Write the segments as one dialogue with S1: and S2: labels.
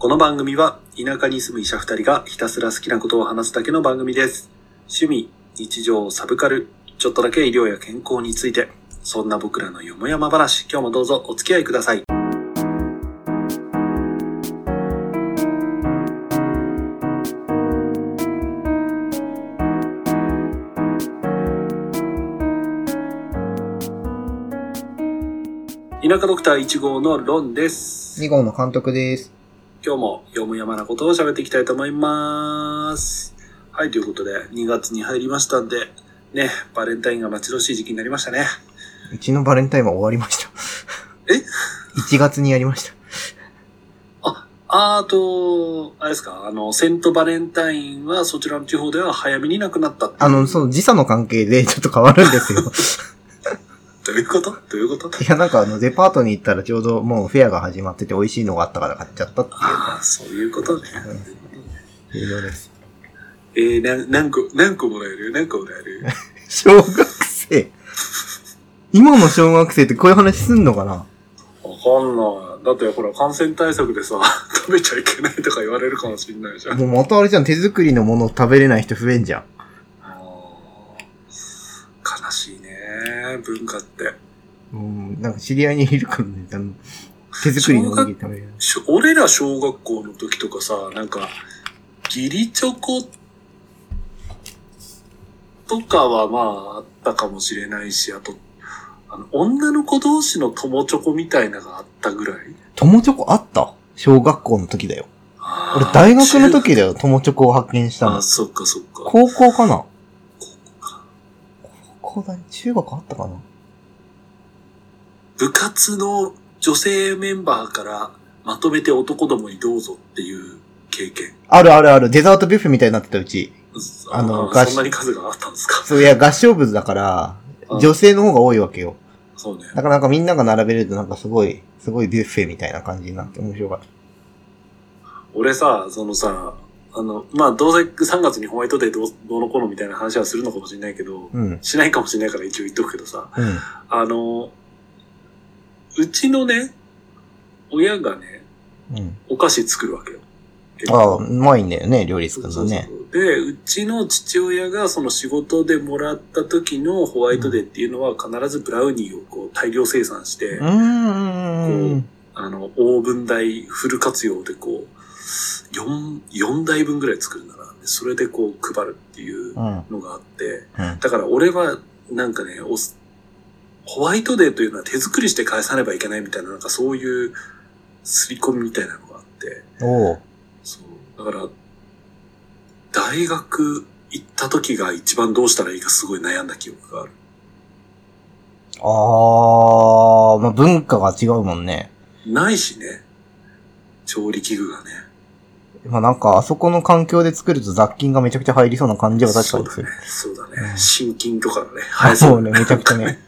S1: この番組は田舎に住む医者二人がひたすら好きなことを話すだけの番組です。趣味、日常、サブカル、ちょっとだけ医療や健康について、そんな僕らのよもやま話、今日もどうぞお付き合いください。田舎ドクター1号のロンです。
S2: 2号の監督です。
S1: 今日もよもやまなことを喋っていきたいと思います。はい、ということで、2月に入りましたんで、ね、バレンタインが待ち遠しい時期になりましたね。
S2: うちのバレンタインは終わりました。
S1: え
S2: ?1 月にやりました。
S1: あーと、あれですか、あの、セントバレンタインはそちらの地方では早めになくなったっていう
S2: あの、そう、時差の関係でちょっと変わるんです よ。
S1: どういうことどういうこと
S2: いや、なんかあの、デパートに行ったらちょうどもうフェアが始まってて美味しいのがあったから買っちゃったって
S1: ああ、そういうことね。
S2: いう営業です。
S1: えー、な何個、何個もらえる何個もらえる
S2: 小学生。今の小学生ってこういう話すんのかな
S1: わかんない。だってほら、感染対策でさ、 食べちゃいけないとか言われるかもしんないじゃん。
S2: もうまたあれじゃん、手作りのものを食べれない人増えんじゃん。
S1: あー悲しいね文化って
S2: うん、なんか知り合いにいるからね、あの手作りのおにぎり食べれない。
S1: しょ俺ら小学校の時とかさなんか義理チョコとかはまああったかもしれないしあとあの女の子同士の友チョコみたいなのがあったぐらい
S2: 友チョコあった小学校の時だよ。
S1: あ
S2: 俺
S1: ー
S2: 大学の時だよ、友チョコを発見し
S1: 中
S2: た
S1: あ
S2: の
S1: ー。そっかそっか
S2: 高校かな
S1: か
S2: 高校だね。中学あったかな
S1: 部活の女性メンバーからまとめて男どもにどうぞっていう経験
S2: あるあるある。デザートビュッフェみたいになってたうち。
S1: あ
S2: あ
S1: の
S2: の
S1: そんなに数があったんですか
S2: そういや、合唱部だから、
S1: うん
S2: 女性の方が多いわけよ。
S1: そうね
S2: だからなんかみんなが並べるとなんかすごい、すごいビュッフェみたいな感じになって面白かった。
S1: 俺さ、そのさ、あの、まあ、どうせ3月にホワイトデーどうどうのこうのみたいな話はするのかもしれないけど、
S2: うん。うん。
S1: しないかもしれないから一応言っとくけどさ、あの、うちのね、親がね、
S2: うん。
S1: お菓子作るわけよ。
S2: ああ、うまいんだよね、料理
S1: そ
S2: 作
S1: う
S2: る
S1: そ
S2: の
S1: うそう
S2: ね。
S1: で、うちの父親がその仕事でもらった時のホワイトデーっていうのは必ずブラウニーをこう大量生産して、
S2: うーん。
S1: あの、オーブン台フル活用でこう、4、4台分ぐらい作るんだな。でそれでこう配るっていう
S2: うん。うん。
S1: のがあって、だから俺はなんかね、おすホワイトデーというのは手作りして返さねばいけないみたいな、なんかそういう刷り込みみたいなのがあって、
S2: おう。
S1: そう。だから、大学行った時が一番どうしたらいいかすごい悩んだ記憶がある。
S2: ああ、まあ、文化が違うもんね。
S1: ないしね。調理器具がね。
S2: まあ、なんか、あそこの環境で作ると雑菌がめちゃくちゃ入りそうな感じは確かにする。
S1: そうだね。そうだ
S2: う
S1: ね。
S2: ん
S1: 心筋とかがね、
S2: あ
S1: 生えそ
S2: そう
S1: う
S2: ね、めちゃくちゃね。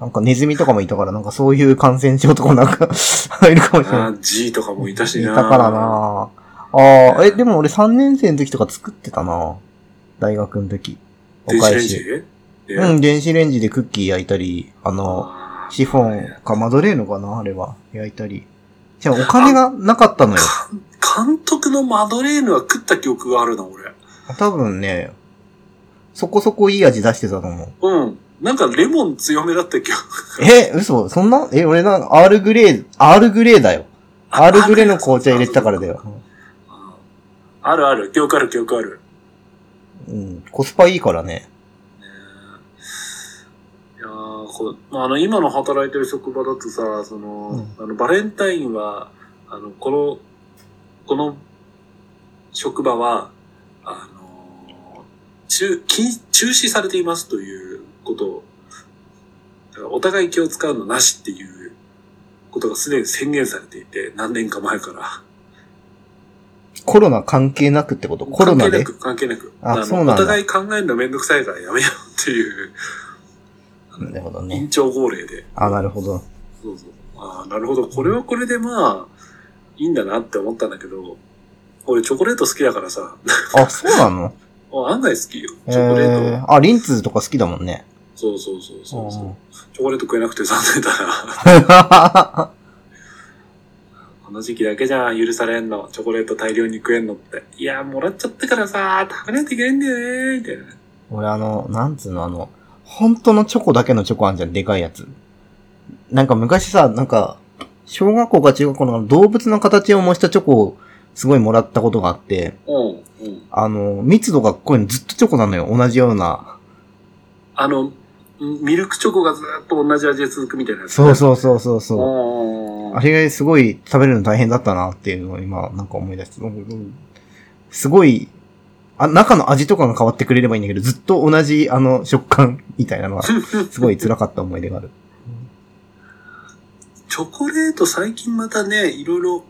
S2: なんかネズミとかもいたから、なんかそういう感染症とかもなんか入るかもしれ
S1: な
S2: な
S1: あ。G とかも
S2: い。
S1: いたしな。
S2: いたから。なああ、え、でも俺3年生の時とか作ってたな大学の時。お
S1: 電子
S2: 返
S1: レンジ
S2: し。
S1: で
S2: うん、電子レンジでクッキー焼いたり、あの、
S1: あー
S2: シフォンかマドレーヌかなあれは。焼いたり。じゃあお金がなかったのよ。
S1: 監督のマドレーヌは食った記憶があるな、俺。
S2: 多分ね、そこそこいい味出してたと思う。
S1: うん。なんかレモン強めだった記憶。
S2: え、嘘そんなえ、俺なんか、アールグレー、アールグレーだよ。アールグレーの紅茶入れてたからだよ。
S1: ああるある、記憶ある記憶ある。
S2: うん、コスパいいからね。
S1: ねえいやーこうあの、今の働いてる職場だとさ、その、あの、バレンタインは、あの、この、この職場は、あの、中、禁中止されていますということを、だからお互い気を使うのなしっていうことがすでに宣言されていて、何年か前から。
S2: コロナ関係なくってことコロナで
S1: 関係なく、関係な
S2: あ
S1: く。の
S2: そうなんだ
S1: お互い考えるのめんどくさいからやめようっていう、
S2: なるほどね。
S1: 院長号令で。
S2: あ、なるほど。
S1: そうそう。ああ、なるほど。これはこれでまあ、いいんだなって思ったんだけど、俺チョコレート好きだからさ、
S2: あ、そうなの
S1: あ案外好きよ。
S2: え
S1: チョコレート。
S2: ー、あ、リンツとか好きだもんね。
S1: そうそうそうそうそう
S2: うん
S1: チョコレート食えなくて残念だな。 この時期だけじゃん、許されんの。チョコレート大量に食えんのって。いや、もらっちゃったからさ、食べないといけないんだよね、みたいな。
S2: 俺あの、なんつうのあの、本当のチョコだけのチョコあんじゃん、でかいやつ。なんか昔さ、なんか、小学校か中学校の動物の形を模したチョコをすごいもらったことがあって、
S1: うん、うん。
S2: あの、密度がこういうのずっとチョコなのよ、同じような。
S1: あの、ミルクチョコがずっと同じ味で続くみたいなやつ。
S2: そうそうそうそう
S1: う
S2: そう。
S1: んうん。
S2: あれがすごい食べるの大変だったなっていうのを今なんか思い出して、うんすごい、あ、中の味とかが変わってくれればいいんだけど、ずっと同じあの食感みたいなのは、すごい辛かった思い出がある。
S1: チョコレート最近またね、いろいろ、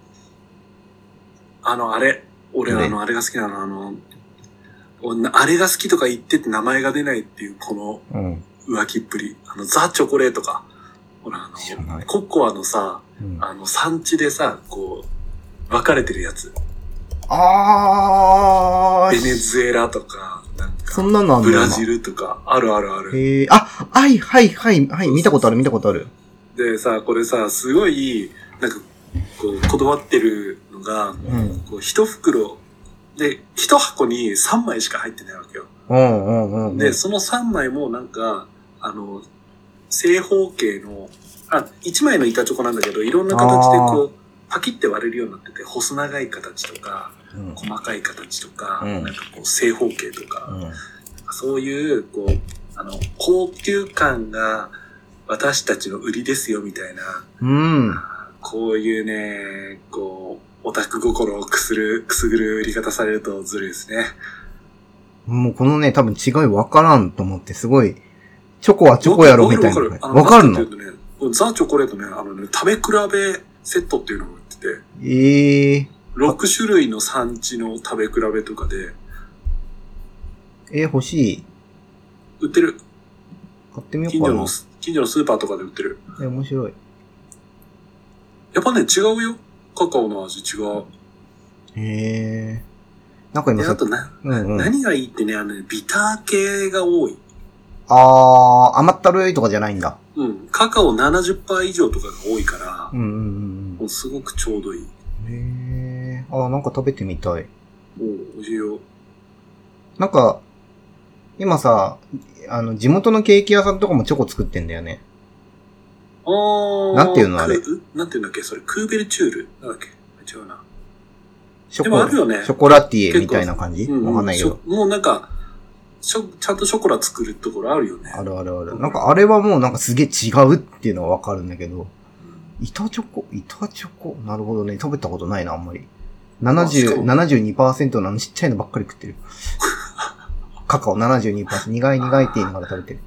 S1: あの、あれ、俺、
S2: ね
S1: あの、あれが好きなの、あの、おなあれが好きとか言ってって名前が出ないっていう、この
S2: うん。
S1: 浮気っぷり。あの、ザ・チョコレートか。ほら、あ
S2: 知らな
S1: の
S2: い、
S1: ココアのさ、
S2: うん
S1: あの、産地でさ、こう、分かれてるやつ。
S2: あ
S1: ベネ
S2: ー、
S1: ズエラとか、なん
S2: そ
S1: か、
S2: んなのあんの
S1: ブラジルとか、あるあるある。
S2: へえ、あ、はい、はい、はい、はい、見たことある、見たことある。
S1: でさ、これさ、すごい、なんか、こう、こだわってるのが、
S2: ん
S1: こう、一袋、で、一箱に3枚しか入ってないわけよ。
S2: うん、うん、うんうん。
S1: で、その3枚もなんか、あの、正方形の、あ、1枚の板チョコなんだけど、いろんな形でこう、パキって割れるようになってて、細長い形とか、
S2: うん、
S1: 細かい形とか、
S2: うん
S1: なんかこう、正方形とか、
S2: うん。
S1: そういう、こう、あの、高級感が私たちの売りですよ、みたいな、
S2: うん。
S1: こういうね、こう、オタク心をくする、くすぐる売り方されるとずるいですね。
S2: もうこのね、多分違い分からんと思って、すごい、チョコはチョコやろみたいな。
S1: わかる
S2: 分かるの
S1: あなんていうねザ・チョコレートね、あのね、食べ比べセットっていうのも売ってて、
S2: ええ
S1: 6種類の産地の食べ比べとかで、
S2: えー、欲しい。
S1: 売ってる。
S2: 買ってみよう
S1: 近
S2: か
S1: 所
S2: な
S1: の、。近所のスーパーとかで売ってる。
S2: え、面白い。
S1: やっぱね、違うよ。カカオの味違う。
S2: へえー。なんか今
S1: で、あ
S2: さ、
S1: とな、
S2: うんうん。
S1: 何がいいってね、あのね、ビター系が多い。
S2: あー、甘ったるいとかじゃないんだ。
S1: うん。カカオ70%以上とかが多いから、
S2: うんうん
S1: もうすごくちょうどいい。
S2: うんうん。へえー。あー、なんか食べてみたい。
S1: おう、おいしいよ。
S2: なんか、今さ、あの、地元のケーキ屋さんとかもチョコ作ってんだよね。
S1: あー
S2: なんていうのあれ
S1: クーなんていうんだっけそれ、クーベルチュールなんだっけ違うな。
S2: ショ
S1: でもある
S2: コ、
S1: よね。
S2: ショコラティエみたいな感じ
S1: うう
S2: わかんないけ
S1: し
S2: ど
S1: ょ。もうなんか、しょちゃんとショコラ作るところあるよね。
S2: あるあるある。なんかあれはもうなんかすげえ違うっていうのはわかるんだけど、板チョコ板チョコなるほどね。食べたことないな、あんまり。
S1: しか
S2: 70、
S1: も
S2: 72%のあのちっちゃいのばっかり食 ってる。カカオ72%。苦い苦いって言いながら食べてる。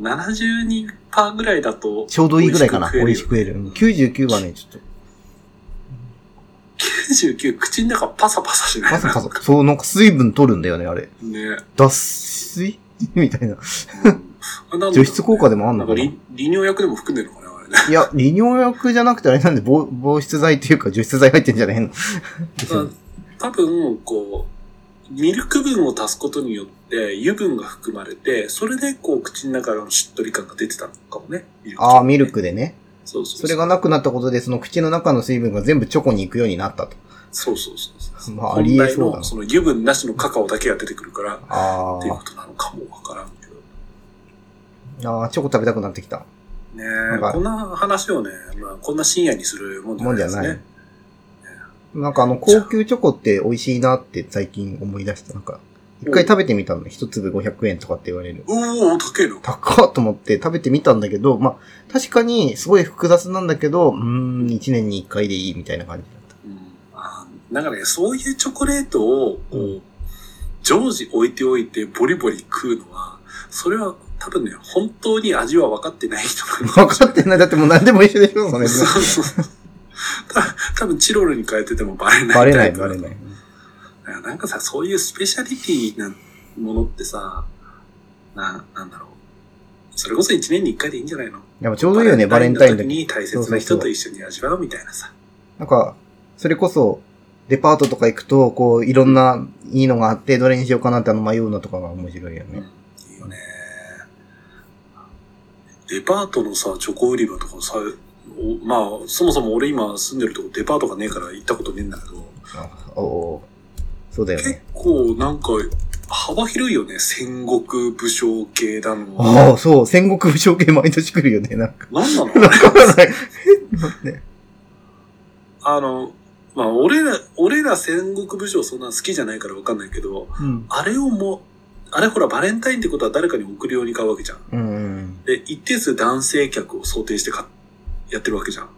S1: 72%ぐらいだと、
S2: ちょうどいいぐらいかな。美
S1: 美
S2: 味
S1: 味
S2: し
S1: し
S2: く
S1: く
S2: 食える。うん99はね、ちょっ
S1: 99、口の中パサパサし
S2: と、
S1: ない。
S2: パサパサ。そう、なんか水分取るんだよね、あれ。
S1: ね。
S2: 脱水 みたいな。
S1: うんあ
S2: 除湿効果でもあん
S1: な
S2: の
S1: んか
S2: かな
S1: 利利尿薬でも含んでるのかなあれね。
S2: いや、利尿薬じゃなくてあれなんで防防湿剤っていうか除湿剤入ってんじゃねえの別に
S1: 多分、こう、ミルク分を足すことによって油分が含まれて、それでこう口の中のしっとり感が出てたのかもね。ミルク
S2: ああ、ミル。クでね。
S1: そうそう
S2: それがなくなったことで、その口の中の水分が全部チョコに行くようになったと。
S1: そうそうそうそう。
S2: まあありえそうだな
S1: 本来のその油分なしのカカオだけが出てくるから、
S2: あ
S1: っていうことなのかもわからんけど。
S2: あ。ああ、チョコ食べたくなってきた。
S1: ね
S2: んか
S1: え、こんな話をね、まあ、こんな深夜にするもんじゃ
S2: も
S1: なんい
S2: じ
S1: で
S2: ゃ
S1: す
S2: ない。
S1: ね。
S2: なんかあの、高級チョコって美味しいなって最近思い出した。なんか、一回食べてみたの。一粒500円とかって言われる。
S1: おお、高いの。
S2: 高っと思って食べてみたんだけど、まあ、確かにすごい複雑なんだけど、うーん、1年に1回でいいみたいな感じだった。
S1: うんあーだからね、そういうチョコレートを、こう
S2: う
S1: 常時置いておいて、ボリボリ食うのは、それは多分ね、本当に味は分かってない人なん
S2: 分かってない。だってもう何でも一緒でしょ、そ れ。
S1: そうそう。た多分チロルに変えててもバレない
S2: バレな
S1: タ
S2: い、
S1: イプ
S2: バ
S1: だ
S2: レない。
S1: なんかさ、そういうスペシャリティなものってさ、な、なんだろう。それこそ一年に一回でいいんじゃないの
S2: でもちょうどいいよね、バレンタイン
S1: の
S2: だ
S1: 時に大切な人と一緒に味わうみたいなさ。
S2: なんか、それこそ、デパートとか行くと、こう、いろんないいのがあって、どれにしようかなってあの迷うのとかが面白いよ
S1: うん
S2: ね。
S1: いいよね。デパートのさ、チョコ売り場とかさ、おまあ、そもそも俺今住んでるとこデパートがねえから行ったことねえんだけど、
S2: あおおそうだよ
S1: 結
S2: ね。
S1: 構なんか幅広いよね。戦国武将系だの。
S2: ああ、そう、戦国武将系毎年来るよね、なんか。
S1: なんなの
S2: なんかわかんない。ね
S1: あの、まあ俺ら、俺ら戦国武将そんな好きじゃないからわかんないけど、
S2: うん。
S1: あれをもう、あれほらバレンタインってことは誰かに送るように買うわけじゃん。
S2: うん。
S1: で、一定数男性客を想定してかやってるわけじゃん。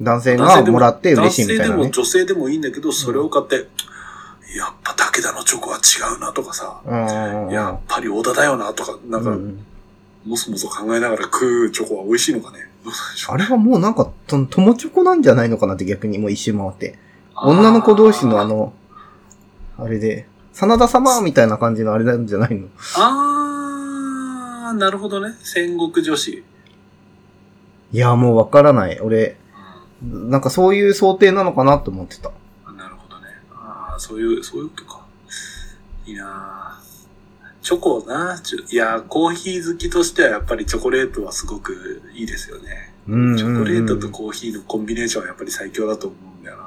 S2: 男性
S1: 男性
S2: が
S1: でも
S2: もらって嬉しいみたい
S1: 男
S2: な
S1: 性でも
S2: ね。
S1: 女性でもいいんだけど、それを買って、やっぱ武田のチョコは違うなとかさ、
S2: うんうんうん。
S1: やっぱり小田だよなとか、なん
S2: う
S1: か、
S2: ん
S1: もそもそ考えながら食うチョコは美味しいのかね。
S2: あれはもうなんか、と、友チョコなんじゃないのかなって逆にもう一周回って。女の子同士のあ、の、あれで、真田様みたいな感じのあれなんじゃないの
S1: あー、なるほどね。戦国女子。
S2: いや、もうわからない。俺、なんかそういう想定なのかなと思ってた。
S1: うんなるほどね。あー、そういう、そういうことか。いいなーチョコな、ちょいやー、コーヒー好きとしてはやっぱりチョコレートはすごくいいですよね。
S2: うんうん、うん。
S1: チョコレートとコーヒーのコンビネーションはやっぱり最強だと思うんだよな。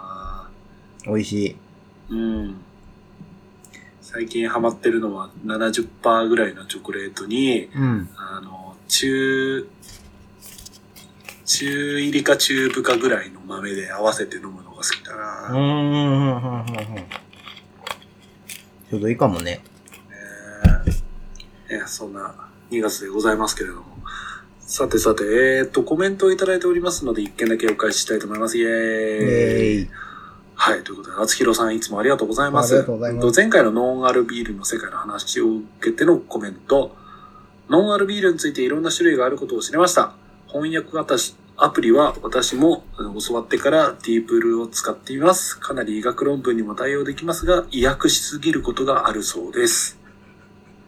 S2: 美味しい。
S1: うん。最近ハマってるのは70%ぐらいのチョコレートに、
S2: うん。
S1: あの、中、中入りか中部かぐらいの豆で合わせて飲むのが好きだ
S2: う
S1: な。
S2: ん、う
S1: ね
S2: ん、うん、うん、うん。ちょうどいいかもね。
S1: えねえそんな2月でございますけれども。さてさて、えー、っと、コメントをいただいておりますので、一件だけお返ししたいと思います。イエ
S2: え
S1: ーイ。
S2: え
S1: はい、ということで、厚弘さんいつもありがとうございます。
S2: ありがとうございます
S1: うん前回のノンアルビールの世界の話を受けてのコメント。ノンアルビールについていろんな種類があることを知りました。翻訳型しアプリは私もあの教わってからディープルを使っています。かなり医学論文にも対応できますが、意訳しすぎることがあるそうです。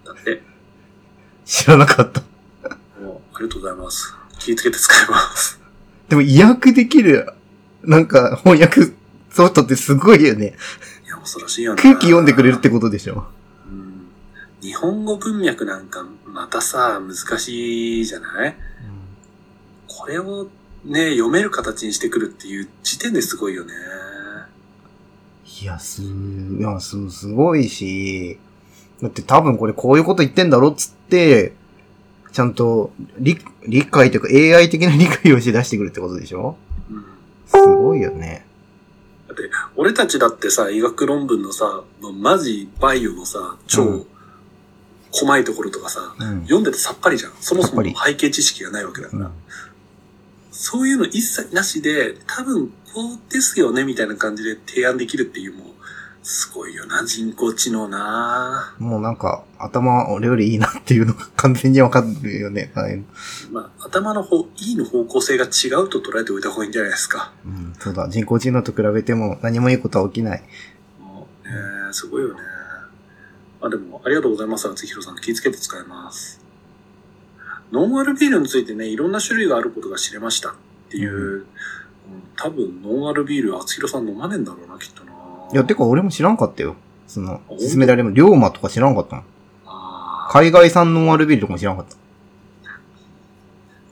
S1: だって、
S2: 知らなかった。
S1: もうありがとうございます。気をつけて使います。
S2: でも、意訳できる、なんか、翻訳ソフトってすごいよね。
S1: いや、恐ろしいよね。
S2: 空気読んでくれるってことでしょ。
S1: うん日本語文脈なんかまたさ、難しいじゃないこれをね、読める形にしてくるっていう時点ですごいよね。
S2: いや、す、いや、す、すごいし、だって多分これこういうこと言ってんだろっつって、ちゃんと理、理解というか AI 的な理解をして出してくるってことでしょ
S1: うん、
S2: すごいよね。
S1: だって、俺たちだってさ、医学論文のさ、もうマジバイオのさ、
S2: う
S1: 超
S2: ん、
S1: 細いところとかさ、
S2: うん。
S1: 読んでてさっぱりじゃん。そもそ
S2: さ
S1: も
S2: っぱ
S1: 背
S2: り
S1: 景知識がないわけだから。そういうの一切なしで、多分こうですよね、みたいな感じで提案できるっていう、もう、すごいよな、人工知能な
S2: もうなんか、頭、俺よりいいなっていうのが完全にわかるよね。はい。う
S1: まあ、頭の方、E の方向性が違うと捉えておいた方がいいんじゃないですか。
S2: ん、そうだ。人工知能と比べても何もいいことは起きない。
S1: もうね、すごいよね。まあでも、ありがとうございます、厚弘さん。気をつけて使います。ノンアルビールについてね、いろんな種類があることが知れましたっていう、
S2: う
S1: うん多分ノンアルビール、厚弘さん飲まねえんだろうな、きっとな。
S2: いや、てか俺も知らんかったよ。その
S1: ほん、と
S2: 勧められも、龍馬とか知らんかったの。
S1: あー
S2: 海外産ノンアルビールとかも知らんかった。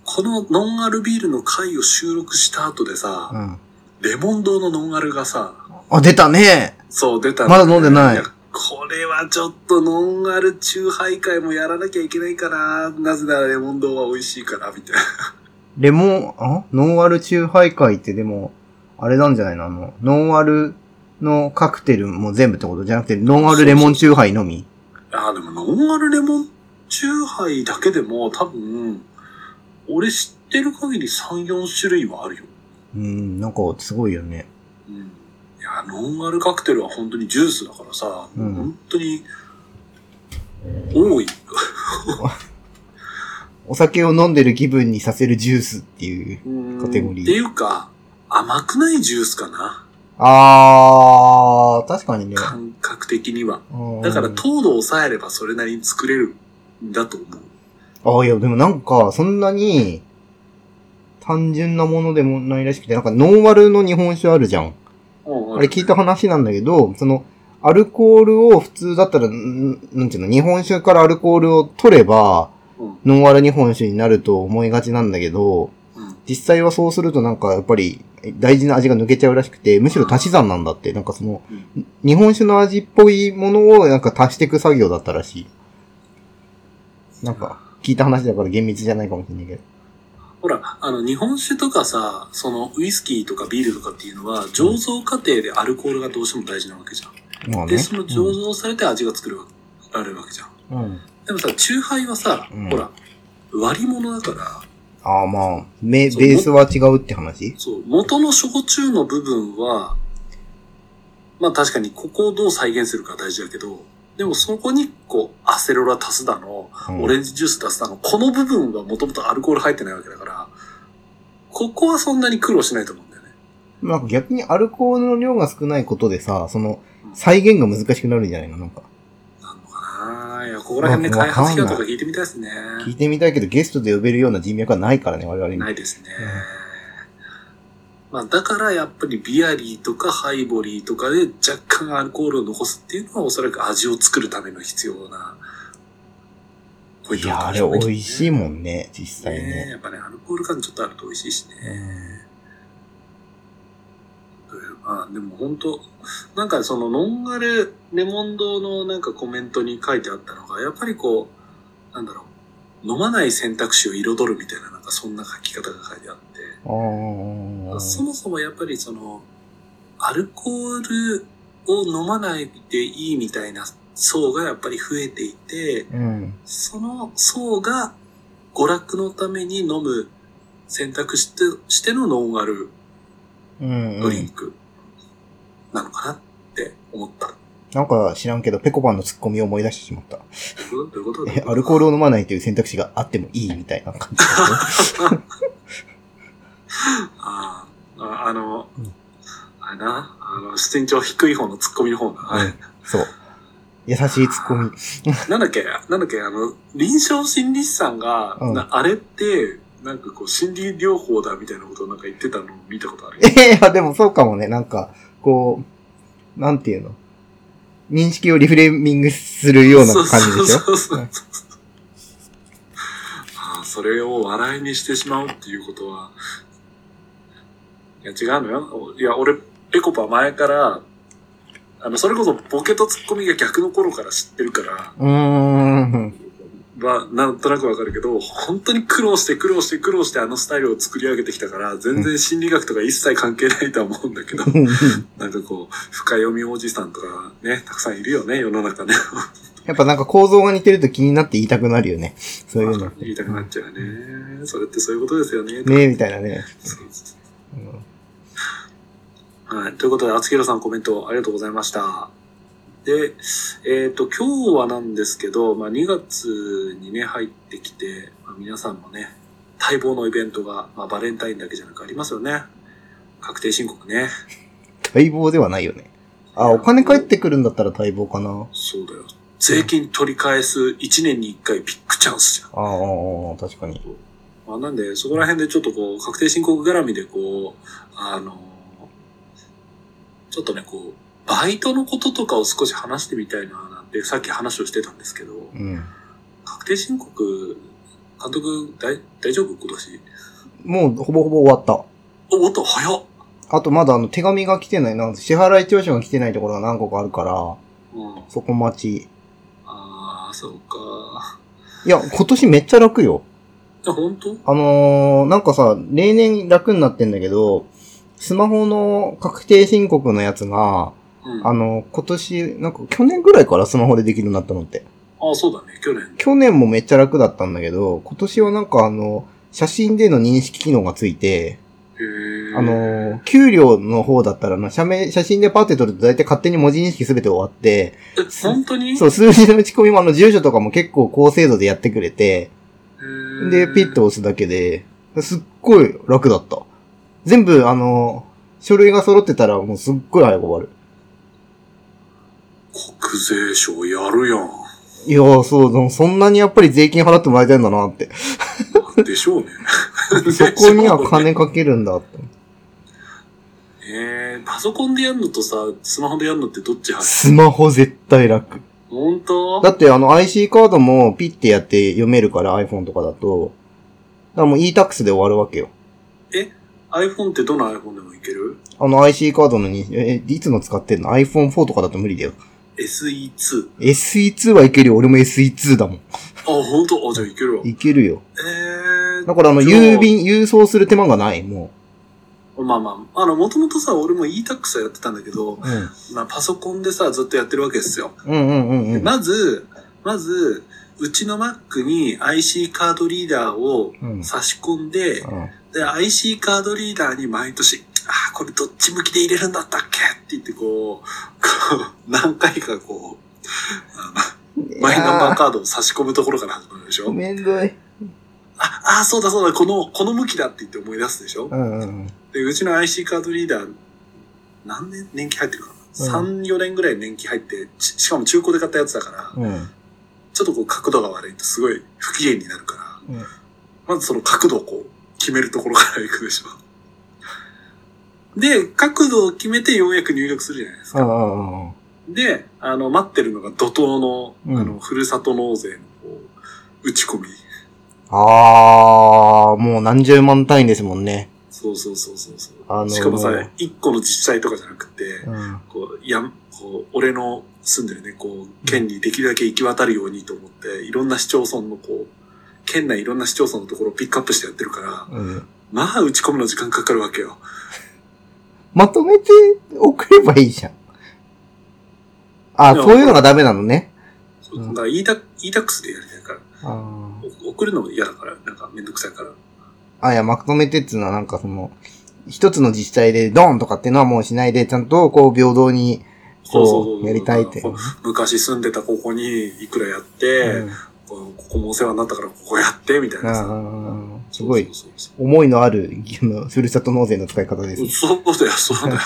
S1: このノンアルビールの回を収録した後でさ、
S2: うん。
S1: レモン堂のノンアルがさ、
S2: あ、出たね
S1: そう、出た
S2: まだ飲んでない
S1: やこれはちょっとノンアル中杯会もやらなきゃいけないかな。なぜならレモンドは美味しいから、みたいな。
S2: レモン、あノンアル中杯会ってでも、あれなんじゃないのあの、ノンアルのカクテルも全部ってことじゃなくて、ノンアルレモン中杯のみ
S1: あーでもノンアルレモン中杯だけでも多分、俺知ってる限り3、4種類はあるよ。
S2: うん、なんかすごいよね。
S1: うん。いや、ノンアルカクテルは本当にジュースだからさ、
S2: うん
S1: 本当に多い。
S2: お酒を飲んでる気分にさせるジュースっていう。
S1: うん
S2: カテゴリー
S1: っていうか、甘くないジュースかな。
S2: あー、確かにね。
S1: 感覚的には。
S2: うん
S1: だから糖度を抑えればそれなりに作れるんだと思う。
S2: あ、いや、でもなんか、そんなに、単純なものでもないらしくて、なんか、ノンアルの日本酒あるじゃん。あれ聞いた話なんだけど、その、アルコールを普通だったら、んなんていうの、日本酒からアルコールを取れば、
S1: うん
S2: ノンアル日本酒になると思いがちなんだけど、
S1: うん
S2: 実際はそうするとなんかやっぱり大事な味が抜けちゃうらしくて、むしろ足し算なんだって、なんかその、
S1: うん
S2: 日本酒の味っぽいものをなんか足していく作業だったらしい。なんか、聞いた話だから厳密じゃないかもしれないけど。
S1: ほら、あの、日本酒とかさ、その、ウイスキーとかビールとかっていうのは、醸造過程でアルコールがどうしても大事なわけじゃん。
S2: まあね。
S1: で、その醸造されて味が作るわられるわけじゃん。
S2: うん、うん。
S1: でもさ、酎ハイはさ、
S2: うん
S1: ほら、割り物だから、
S2: ああまあ、め、ベ
S1: そう
S2: ースは違うって話
S1: そう、元の焼酎の部分は、まあ確かにここをどう再現するか大事だけど、でもそこにこう、アセロラ足すだの、
S2: うん
S1: オレンジジュース足すだの、この部分はもともとアルコール入ってないわけだから、ここはそんなに苦労しないと思うんだよね。
S2: なんか逆にアルコールの量が少ないことでさ、その
S1: う、ん
S2: 再現が難しくなるんじゃないのなんか。
S1: なんのかないや、ここら辺ね、
S2: まあ
S1: 開発費用と
S2: わか
S1: か
S2: ん
S1: 聞いてみたいですね。
S2: 聞いてみたいけど、ゲストで呼べるような人脈はないからね、我々に。
S1: ないですね。まあだからやっぱりビアリーとかハイボリーとかで若干アルコールを残すっていうのはおそらく味を作るための必要なポイン
S2: い
S1: トだ
S2: や、
S1: と
S2: あ
S1: 思
S2: れ
S1: うんです
S2: 美
S1: ね
S2: 味しいもんね、実際
S1: ねえ
S2: ね。
S1: やっぱね、アルコール感ちょっとあると美味しいし
S2: う
S1: ね。
S2: ん
S1: まあでも本当なんかそのノンアルレモンドのなんかコメントに書いてあったのが、やっぱりこう、なんだろう、飲まない選択肢を彩るみたいななんかそんな書き方が書いてあって。
S2: あー
S1: そもそもやっぱりその、アルコールを飲まないでいいみたいな層がやっぱり増えていて、
S2: うん。
S1: その層が娯楽のために飲む選択肢としてのノンアル
S2: うん、
S1: ド
S2: う
S1: リン
S2: ん。
S1: クなのかなって思った。
S2: なんか知らんけど、ペコパンのツッコミを思い出してしまった。
S1: どういうことどういう
S2: え
S1: こ、と
S2: アルコールを飲まないという選択肢があってもいいみたいな感じだ
S1: あーあ、あの
S2: うん、
S1: あれな、あの、身長低い方のツッコミの方な。
S2: ねうん。そう。優しいツッコミ。
S1: なんだっけ、なんだっけ、あの、臨床心理士さんが、
S2: うん
S1: なあれって、なんかこう、心理療法だみたいなことをなんか言ってたのを見たことある。
S2: ええまあでもそうかもね。なんか、こう、なんていうの。認識をリフレーミングするような感じでし
S1: そ
S2: ょ。
S1: うそうそうそううんああ、それを笑いにしてしまうっていうことは、いや、違うのよ。いや、俺、ペコパ前から、あの、それこそボケとツッコミが逆の頃から知ってるから、
S2: うーん。
S1: は、なんとなくわかるけど、本当に苦労して苦労して苦労してあのスタイルを作り上げてきたから、全然心理学とか一切関係ないとは思うんだけど、なんかこう、深読みおじさんとかね、たくさんいるよね、世の中ね。
S2: やっぱなんか構造が似てると気になって言いたくなるよね。そういうのって。
S1: 言いたくなっちゃうよね。それってそういうことですよね。
S2: ねえ、みたいなね。
S1: そうそう
S2: うん
S1: そうはい。ということで、厚弘さんコメントありがとうございました。で、えっ、と、今日はなんですけど、まあ、2月にね、入ってきて、まあ、皆さんもね、待望のイベントが、まあ、バレンタインだけじゃなくありますよね。確定申告ね。
S2: 待望ではないよね。あ、お金返ってくるんだったら待望かな。
S1: そうだよ。税金取り返す1年に1回ビッグチャンスじゃん。
S2: ああああ、ああ確かに。
S1: まあ、なんで、そこら辺でちょっとこう、確定申告絡みでこう、あのちょっとね、こう、バイトのこととかを少し話してみたいななんて、さっき話をしてたんですけど、
S2: うん。
S1: 確定申告、監督、大大丈夫今年。
S2: もうほぼほぼ終わった。
S1: お、おっと、早っ
S2: あとまだあの手紙が来てないな。支払い調書が来てないところが何個かあるから、
S1: うん。
S2: そこ待ち。
S1: ああ、そうか。
S2: いや、今年めっちゃ楽よ。
S1: いや、本当
S2: あのー、なんかさ、例年楽になってんだけど、スマホの確定申告のやつが、
S1: うん。
S2: あ
S1: あ
S2: の、今年、なんか去年ぐらいからスマホでできるようになったのって。
S1: あ、そうだね、去年。
S2: 去年もめっちゃ楽だったんだけど、今年はなんかあの、写真での認識機能がついて、
S1: へえ。
S2: あのー、給料の方だったらな、写メ、写真でパッて撮ると大体勝手に文字認識すべて終わって、
S1: え、本当に
S2: そう、数字の打ち込みもあの、住所とかも結構高精度でやってくれて、
S1: う
S2: で、ピッと。押すだけで、すっごい楽だった。全部、あの、書類が揃ってたらもうすっごい早く終わる。
S1: 国税省やるやん。
S2: いやー、そう、でもそんなにやっぱり税金払ってもらいたいんだなって。。
S1: でしょうね
S2: そこには金かけるんだって。
S1: ええパソコンでやるのとさ、スマホでやるのってどっち派
S2: スマホ絶対楽。
S1: 本当
S2: だってあの IC カードもピッてやって読めるから iPhone とかだと。だからもう e-tax で終わるわけよ。
S1: iPhone ってどの iPhone でもいける
S2: あの IC カードのに、え、いつの使ってんの ?iPhone4 とかだと無理だよ。
S1: ?SE2。
S2: SE2 はいけるよ。俺も SE2 だもん。
S1: あ、ほんとあ、じゃあいけるわ。え
S2: いけるよ。
S1: ー、
S2: だからあの、
S1: じゃあ
S2: 郵便、郵送する手間がない、も
S1: まあまあ、あの、もともとさ、俺も e-tax はやってたんだけど、
S2: う。うん。
S1: まあ、パソコンでさ、ずっとやってるわけですよ。
S2: うんうんうんうん。
S1: まず、まず、うちの Mac に IC カードリーダーを
S2: うん。うん。
S1: 差し込んで、で、IC カードリーダーに毎年、ああ、これどっち向きで入れるんだったっけって言ってこう、こう何回かこう、マイナンバーカードを差し込むところから始まるでしょ
S2: めんどい。
S1: あ、あー、そうだそうだ、この、この向きだって言って思い出すでしょ
S2: うんうん
S1: で、うちの IC カードリーダー、何年年季入ってるかな、
S2: う
S1: ?3、4年ぐらい年季入って、ししかも中古で買ったやつだから、
S2: うん。うん。
S1: ちょっとこう角度が悪いとすごい不機嫌になるから、
S2: うん
S1: まずその角度をこう決めるところから行くでしょ。で、角度を決めてようやく入力するじゃないです
S2: うんう
S1: か。
S2: んうん。
S1: で、あの、待ってるのが怒涛の、
S2: うん
S1: あの、ふるさと納税のこう、打ち込み。
S2: あー、もう何十万単位ですもんね。
S1: そうそうそうそうそう。
S2: あのー
S1: しかもさ、一個の自治体とかじゃなくて、
S2: うん。
S1: こう、やん、こう、俺の住んでるね、こう、県にできるだけ行き渡るようにと思って、いろんな市町村のこう、県内いろんな市町村のところをピックアップしてやってるから、
S2: うん。
S1: まあ、打ち込むの時間かかるわけよ。
S2: まとめて送ればいいじゃん。あ、
S1: いや
S2: そういうのがダメなのね。
S1: そう
S2: うん
S1: だから E-tax、E-tax でやりたいから、
S2: あー
S1: お送るのも嫌だから、なんかめんどくさいから。
S2: あ、いや、まとめてっていうのはなんかその、一つの自治体でドーンとかっていうのはもうしないで、ちゃんとこう平等に、こう、やりたいって。
S1: こう昔住んでたここにいくらやって、こうここもお世話になったからここやって、みたいなさ。
S2: うんうんすごい
S1: そうそう
S2: 思いのある、あのふるさと納税の使い方です
S1: そう。。そうだよ、そうだよ。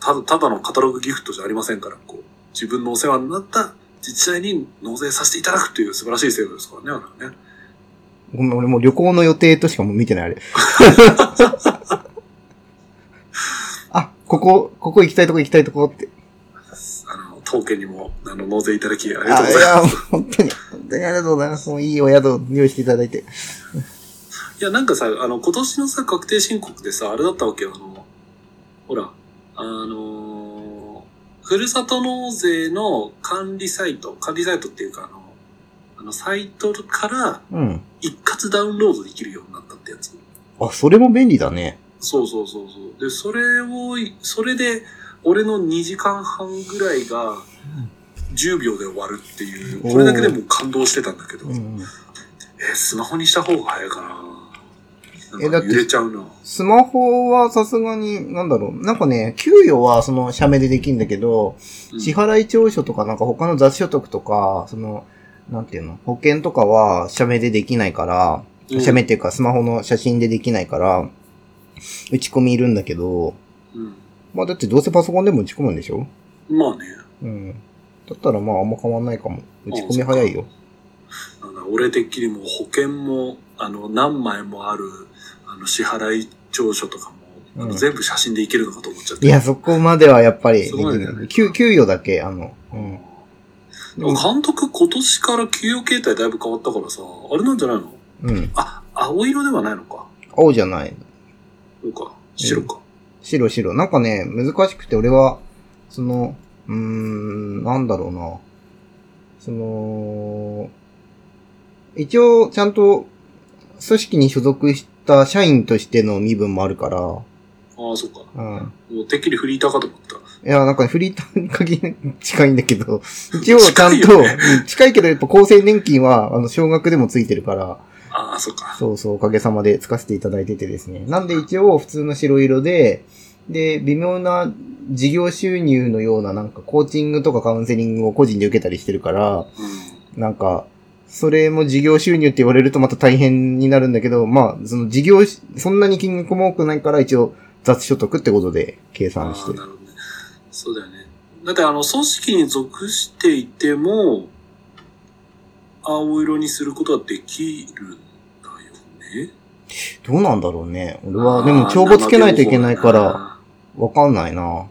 S1: ただ、ただのカタログギフトじゃありませんから、こう、自分のお世話になった自治体に納税させていただくという素晴らしい制度ですからね、あれはね。
S2: ごめん、俺もう旅行の予定としかもう見てない、あれ。 あ、ここ、ここ行きたいとこ行きたいとこって。
S1: あの、当家にも、あの、納税いただきありがとう
S2: あ、
S1: ご
S2: い
S1: ざいます。
S2: や、本当に、本当にありがとうございます。もういいお宿を用意していただいて。
S1: いや、なんかさ、あの、今年のさ、確定申告でさ、あれだったわけよ、あの、ほら、あのーふるさと納税の管理サイト、管理サイトっていうか、あの、あの、サイトから
S2: うん。
S1: 一括ダウンロードできるようになったってやつ。
S2: あ、それも便利だね。
S1: そうそうそうそう。で、それを、それで、俺の2時間半ぐらいが、10秒で終わるっていう、
S2: おー
S1: これだけでも感動してたんだけど、
S2: うん。
S1: え、スマホにした方が早いかな。な
S2: え
S1: ん
S2: だっ
S1: か
S2: て
S1: 揺れちゃうな。
S2: スマホはさすがに、なんだろう。なんかね、給与はその、社名でできるんだけど、
S1: うん
S2: 支払い調書とか、なんか他の雑所得とか、その、なんていうの、保険とかは、社名でできないか
S1: う
S2: ら、
S1: ん
S2: 写メっていうかスマホの写真でできないから、打ち込みいるんだけど、
S1: うん
S2: まあだってどうせパソコンでも打ち込むんでしょ
S1: まあね、
S2: うん。だったらまああんま変わんないかも。打ち込み早いよ。
S1: なんだ俺的にも保険も、あの、何枚もある、あの、支払い調書とかも、あの
S2: うん
S1: 全部写真でいけるのかと思っちゃって。
S2: いや、そこまではやっぱりでき
S1: すごいよ
S2: ない。
S1: ね
S2: 給給与だけ、あの、う
S1: うん
S2: ん。
S1: でも監督今年から給与形態だいぶ変わったからさ、あれなんじゃないの
S2: うん。
S1: あ、青色ではないのか。
S2: 青じゃない。
S1: そうか。白か。
S2: 白白。なんかね、難しくて俺は、その、うーん、なんだろうな。その、一応ちゃんと組織に所属した社員としての身分もあるから、
S1: ああ、そうか。
S2: うん。
S1: もうてっきりフリーターかと思った。
S2: いや、なんかフリーターに限り近いんだけど、一応ちゃん
S1: 近い
S2: と、
S1: よ
S2: う
S1: ね
S2: ん近いけどやっぱ厚生年金は、あの、少額でもついてるから、
S1: ああ、そうか。
S2: そうそう、おかげさまでつかせていただいててですね。なんで一応普通の白色で、で、微妙な事業収入のようななんかコーチングとかカウンセリングを個人で受けたりしてるから、
S1: うん。
S2: なんか、それも事業収入って言われるとまた大変になるんだけど、まあ、その事業し、そんなに金額も多くないから一応雑所得ってことで計
S1: ああ、な
S2: 算して
S1: る
S2: る。
S1: ほどね。そうだよね。だってあの、組織に属していても、青色にすることはできるんだよね。
S2: どうなんだろうね。俺
S1: あ
S2: は、
S1: あ
S2: でも帳簿つけないといけないか。
S1: なるほ
S2: ら、わかんないな。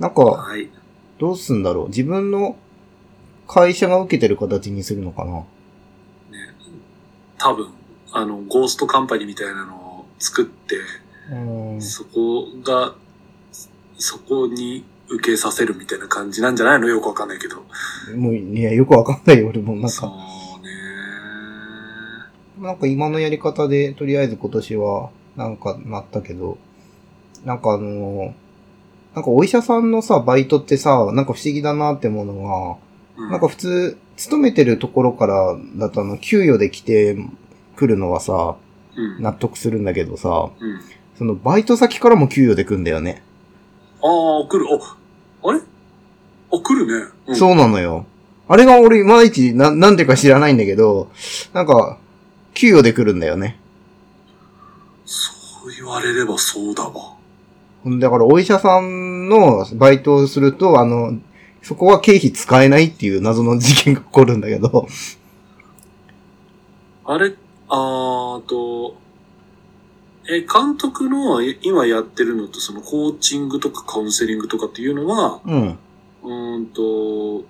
S2: なん
S1: ど
S2: か、
S1: なはい。
S2: どうすんだろう自分の会社が受けてる形にするのかな
S1: ね。多分、あの、ゴーストカンパニーみたいなのを作って、
S2: うん。
S1: そこが、そこに受けさせるみたいな感じなんじゃないのよくわかんないけど。
S2: もう、いや、よくわかんないよ、俺も。なん
S1: そ
S2: か、
S1: うね。
S2: なんか今のやり方で、とりあえず今年は、なんかなったけど、なんかあのーなんかお医者さんのさ、バイトってさ、なんか不思議だなって思うの
S1: う
S2: が、なんか普通、勤めてるところからだとあの、給与で来てくるのはさ、
S1: うん。
S2: 納得するんだけどさ、
S1: うん。
S2: そのバイト先からも給与で来んだよね。
S1: ああ、来る。あ、あれあ、来るね。うん、
S2: そうなのよ。あれが俺、いまいち、な、なんていうか知らないんだけど、なんか、給与で来るんだよね。
S1: そう言われればそうだわ。
S2: だから、お医者さんのバイトをすると、あの、そこは経費使えないっていう謎の事件が起こるんだけど、
S1: あれ、あーと、え、監督のい今やってるのと、そのコーチングとかカウンセリングとかっていうのは、
S2: うん。
S1: うーんと、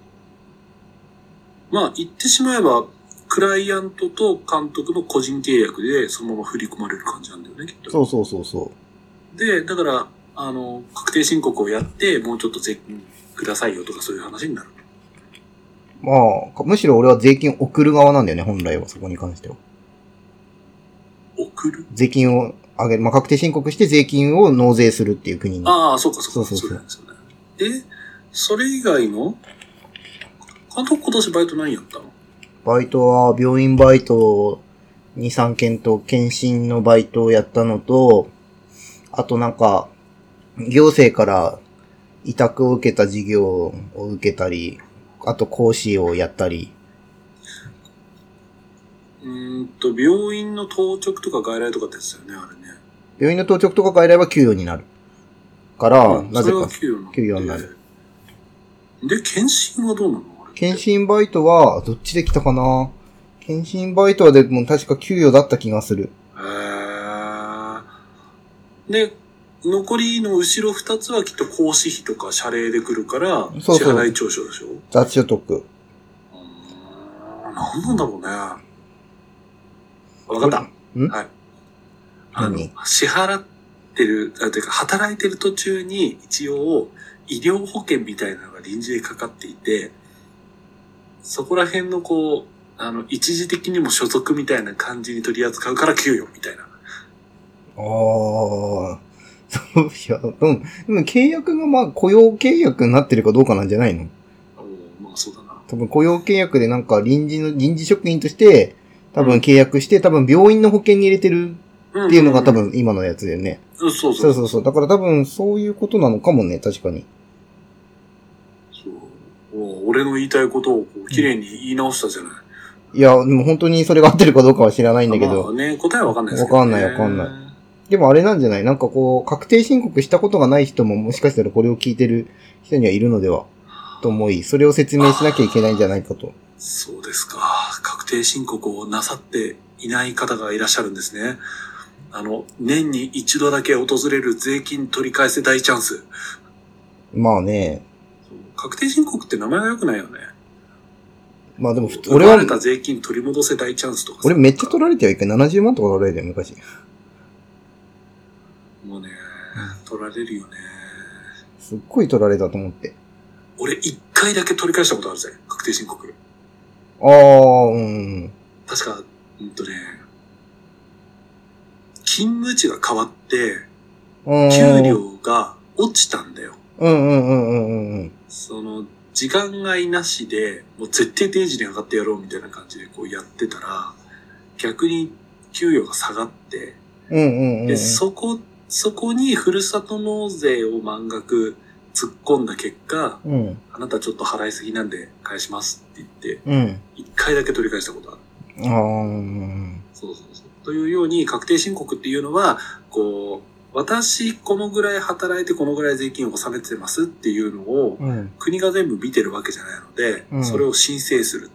S1: まあ言ってしまえば、クライアントと監督の個人契約でそのまま振り込まれる感じなんだよね、きっと。
S2: そうそうそうそ
S1: で、だから、あの、確定申告をやって、もうちょっと税金くださいよとかそういう話になる。
S2: う。まあ、むしろ俺は税金を送る側なんだよね、本来は、そこに関しては。
S1: 送る
S2: 税金を上げる、まあ、確定申告して税金を納税するっていう国に。
S1: ああ、そうかそうか。
S2: そうそうそう
S1: なんですよね。で、それ以外の、監督今年バイト何やったの
S2: バイトは、病院バイト2、3件と、検診のバイトをやったのと、あとなんか、行政から委託を受けた事業を受けたり、あと講師をやったり、
S1: うーんと、病院の当直とか外来とかってやつだよね、あれね。
S2: 病院の当直とか外来は給与になる。から、
S1: うん
S2: なぜか、
S1: それは
S2: 給
S1: 給与
S2: 与に
S1: に
S2: な
S1: な
S2: る
S1: る。で、検診はどうなのあれって
S2: 検診バイトは、どっちで来たかな検診バイトはでも確か給与だった気がする。
S1: へーで、残りの後ろ二つはきっと講師費とか謝礼で来るから、
S2: そうそう
S1: 支払い調書でしょう
S2: 雑所得。
S1: ーん、何なんだろうね。わかった。
S2: ん
S1: はい。あの
S2: 何、
S1: 支払ってる、あ、というか、働いてる途中に、一応、医療保険みたいなのが臨時でかかっていて、そこら辺のこう、あの、一時的にも所属みたいな感じに取り扱うから給与みたいな。
S2: ああ、そういや、うん。でも契約がまあ雇用契約になってるかどうかなんじゃないの
S1: おーまあそうだな。
S2: 多分雇用契約でなんか臨時の、臨時職員として、多分契約して、多分病院の保険に入れてるっていうのが多分今のやつだよね。
S1: うん。そうそ。
S2: そううそうそう。だから多分そういうことなのかもね、確かに。
S1: そうおー俺の言いたいことをこう綺麗に言い直したじゃない。
S2: いや、でも本当にそれが合ってるかどうかは知らないんだけ
S1: ま
S2: ど。
S1: あね、答えはわかんないですけど、ね。
S2: わかんないわかんない。でもあれなんじゃないなんかこう、確定申告したことがない人ももしかしたらこれを聞いてる人にはいるのではと思い、それを説明しなきゃいけないんじゃないかと。
S1: そうですか。確定申告をなさっていない方がいらっしゃるんですね。あの、年に一度だけ訪れる税金取り返せ大チャンス。
S2: まあね、
S1: 確定申告って名前が良くないよね。
S2: まあでも普通、俺
S1: 俺
S2: は
S1: は。、た税金取り戻せ大チャンスとかさ
S2: 俺めっちゃ取られてよ、一回70万とか取られてよ、昔。
S1: もうね、取られるよね。
S2: すっごい取られたと思って。
S1: 俺一回だけ取り返したことあるぜ。確定申告。
S2: ああ、うん。
S1: 確か、うんとね、勤務地が変わって、
S2: うん。
S1: 給料が落ちたんだよ。
S2: うんうんうんうんうんうん。
S1: その、時間外なしで、もう絶対定時に上がってやろうみたいな感じでこうやってたら、逆に給与が下がって、
S2: うんうんうんう
S1: で、
S2: ん。
S1: そこ、そこにふるさと納税を満額突っ込んだ結果、
S2: うん。
S1: あなたちょっと払いすぎなんで返しますって言って、
S2: うん。
S1: 一回だけ取り返したことある。
S2: ああ、うん
S1: そうそうそう。というように、確定申告っていうのは、こう、私、このぐらい働いて、このぐらい税金を納めてますっていうのを、
S2: うん。
S1: 国が全部見てるわけじゃないので、
S2: うん
S1: それを申請する。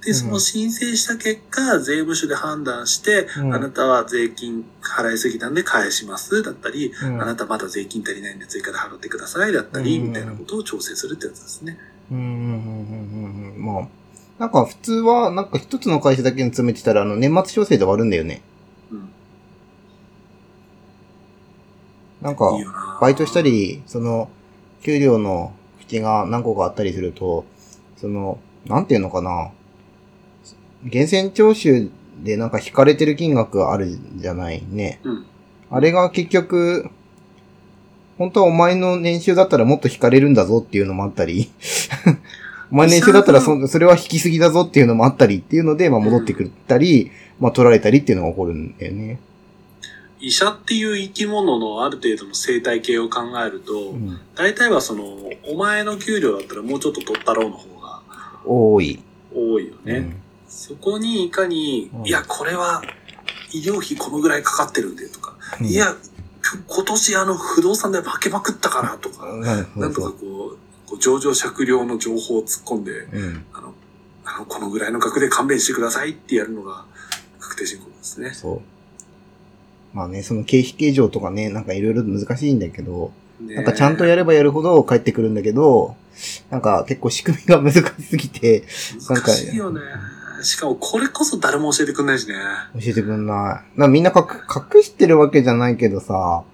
S2: う
S1: で、
S2: ん
S1: その申請した結果、税務署で判断して、
S2: うん
S1: あなたは税金払いすぎたんで返します、だったり、
S2: うん
S1: あなたまだ税金足りないんで追加で払ってください、だったり、
S2: うん
S1: みたいなことを調整するってやつですね。
S2: うんうんうんうんうんうん。まあ、なんか普通は、なんか一つの会社だけに詰めてたら、あの、年末調整で終わるんだよね。
S1: うん。
S2: なんか
S1: いい、よな
S2: バイトした。り、その、給料の引きが何個かあったりすると、その、なんていうのかな。源泉徴収でなんか引かれてる金額があるじゃないね。
S1: うん。
S2: あれが結局、本当はお前の年収だったらもっと引かれるんだぞっていうのもあったり、 お前の年収だったらそそれは引きすぎだぞっていうのもあったりっていうので、まあ戻ってくったり、まあ取られたりっていうのが起こるんだよね。
S1: 医者っていう生き物のある程度の生態系を考えると、
S2: うん、
S1: 大体はその、お前の給料だったらもうちょっと取ったろうの方が
S2: 多い。
S1: 多いよね。
S2: うん
S1: そこにいかに、
S2: うん
S1: いや、これは医療費このぐらいかかってるんでとか、
S2: うん
S1: いや、今年あの不動産で負けまくったからとか、
S2: うんそう
S1: なんとか
S2: そう。
S1: こう、こう上場酌量の情報を突っ込んで、
S2: うん。
S1: あの、あの、このぐらいの額で勘弁してくださいってやるのが確定申告ですね。
S2: そう。まあね、その経費計上とかね、なんかいろいろ難しいんだけど、
S1: ね
S2: なんかちゃんとやればやるほど返ってくるんだけど、なんか結構仕組みが 難しすぎて、なんか
S1: 難しいよね。しかもこれこそ誰も教えてくんないしね。
S2: 教えてくんない。なんかみんな隠隠してるわけじゃないけどさ、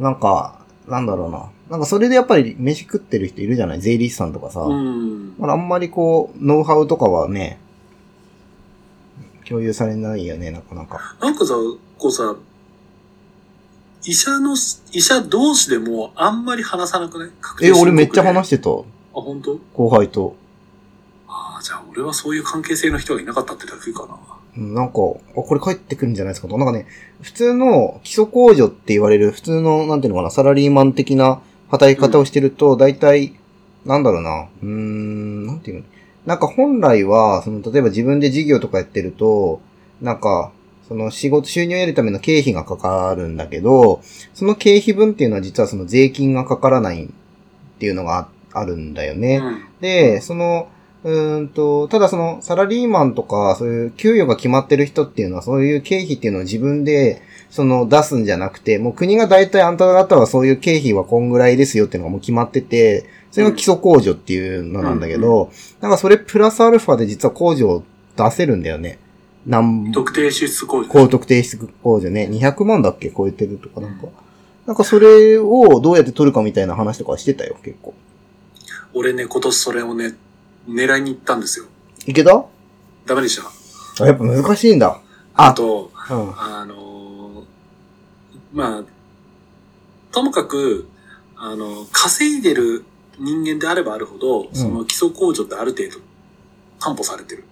S2: なんか、なんだろうな。なんかそれでやっぱり飯食ってる人いるじゃない税理士さんとかさ。
S1: うん。
S2: まああんまりこう、ノウハウとかはね、共有されないよね、なかなか。
S1: なんかさ、こうさ、医者の、医者同士でもあんまり話さなくない
S2: え、俺めっちゃ
S1: し
S2: 話してた。後
S1: あ、本当？
S2: 輩と。
S1: ああ、じゃあ俺はそういう関係性の人がいなかったってだけかな。
S2: うんなんか、あ、これ帰ってくるんじゃないですかと。なんかね、普通の基礎控除って言われる、普通の、なんていうのかな、サラリーマン的な働き方をしてると、大体、なんだろうな、うーん、なんていうのなんか本来は、その、例えば自分で事業とかやってると、なんか、その仕事、収入を得るための経費がかかるんだけど、その経費分っていうのは実はその税金がかからないっていうのがああるんだよね。
S1: うん。
S2: で、その、うーんと、ただその、サラリーマンとか、そういう給与が決まってる人っていうのは、そういう経費っていうのを自分で、その、出すんじゃなくて、もう国が大体あんた方はそういう経費はこんぐらいですよっていうのがもう決まってて、それが基礎控除っていうのなんだけど、なんかそれプラスアルファで実は控除を出せるんだよね。なん
S1: 特定支出控除。
S2: 高特定支出控除ね、200万だっけ超えてるとかなんか。なんかそれをどうやって取るかみたいな話とかしてたよ、結構。
S1: 俺ね、今年それをね、狙いに行ったんですよ。
S2: いけた
S1: ダメでした。
S2: あ、やっぱ難しいんだ。
S1: あ
S2: あ、
S1: と、
S2: うん。
S1: あのーまあ、ともかく、あの、稼いでる人間であればあるほど、その基礎控除ってある程度担保されてる。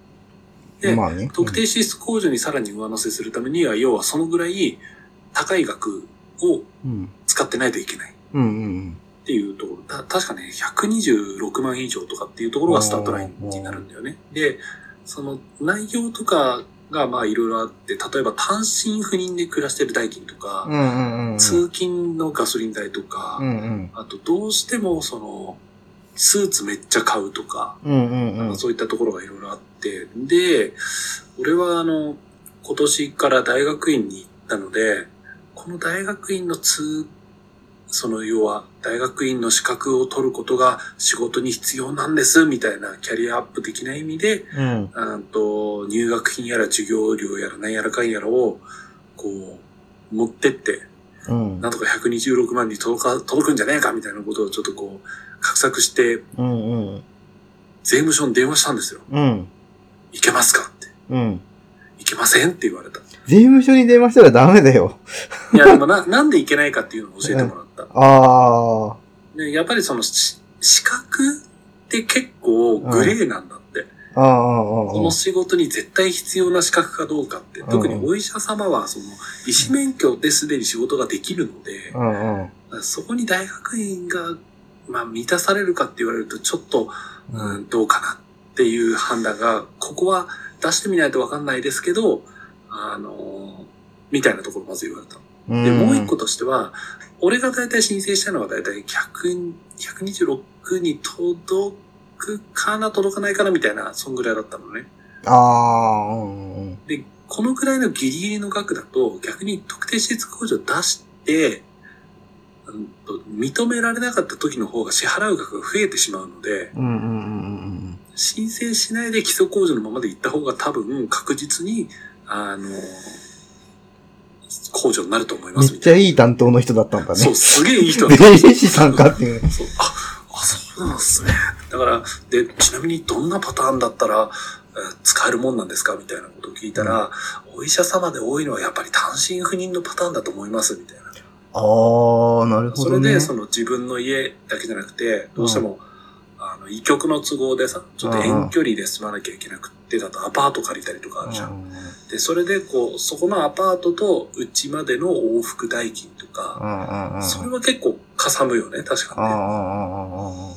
S1: で、
S2: まあね。
S1: 特定支出控除にさらに上乗せするためには、要はそのぐらい高い額を
S2: うん。
S1: 使ってないといけない
S2: うんうんうん。
S1: っていうところ。た確かね、126万以上とかっていうところがスタートラインになるんだよね。で、その内容とかがまあいろいろあって、例えば単身赴任で暮らしてる代金と
S2: う
S1: か、
S2: んうんうん。
S1: 通勤のガソリン代とか、
S2: うんうん。
S1: あとどうしてもその、スーツめっちゃ買うとか、
S2: うんうんうん。
S1: そういったところがいろいろあって、で、俺はあの、今年から大学院に行ったので、この大学院の通、その要は大学院の資格を取ることが仕事に必要なんです、みたいなキャリアアップ的な意味で、
S2: うん。
S1: うんと入学金やら授業料やら何やらかんやらを、こう、持ってって、
S2: うん。
S1: なんとか126万に届か、届くんじゃねえかみたいなことをちょっとこう、画策して、
S2: うんうん。
S1: 税務署に電話したんですよ。
S2: うん。
S1: いけますかって。
S2: うん。
S1: いけませんって言われた。
S2: 税務署に電話したらダメだよ。
S1: いや、でも な、なんでいけないかっていうのを教えてもらった。
S2: あ
S1: でやっぱりその、し資格って結構グレーなんだって。
S2: あ。ああ、ああ、
S1: この仕事に絶対必要な資格かどうかって。特にお医者様は、その、医師免許ですでに仕事ができるので、
S2: うんうん。
S1: そこに大学院が、まあ、満たされるかって言われると、ちょっと、うん、どうかなっていう判断が、ここは出してみないとわかんないですけど、あの、みたいなところまず言われた。
S2: うん。
S1: で、もう一個としては、俺が大体申請したのは大体100 126に届くかな、届かないかなみたいな、そんぐらいだったのね。
S2: ああ、うんうん。
S1: で、このぐらいのギリギリの額だと、逆に特定支出控除出して、うんと認められなかった時の方が支払う額が増えてしまうので、
S2: うんうんうんうん。
S1: 申請しないで基礎控除のままで行った方が多分確実に、あの、控除になると思いま
S2: め
S1: す
S2: っ
S1: みたい
S2: ちゃいい担当の人だったんだ
S1: な。
S2: ね
S1: そう、。すげえいい人だった
S2: 税理士さんかっていう。
S1: そうあ、あ、そうなんですね。だから、で、ちなみにどんなパターンだったら、えー使えるもんなんですかみたいなことを聞いたら、お医者様で多いのはやっぱり単身赴任のパターンだと思います、みたいな。
S2: あー、なるほ
S1: それ
S2: どね。
S1: で、その自分の家だけじゃなくて、どうしても、あの、医局の都合でさ、ちょっと遠距離で住まなきゃいけなくって、だとアパート借りたりとかあるじゃん。
S2: うん
S1: で、それで、こう、そこのアパートとうちまでの往復代金とか、
S2: うんうんうん
S1: それは結構かさむよね、確
S2: あーあー
S1: かね。
S2: あーあーあ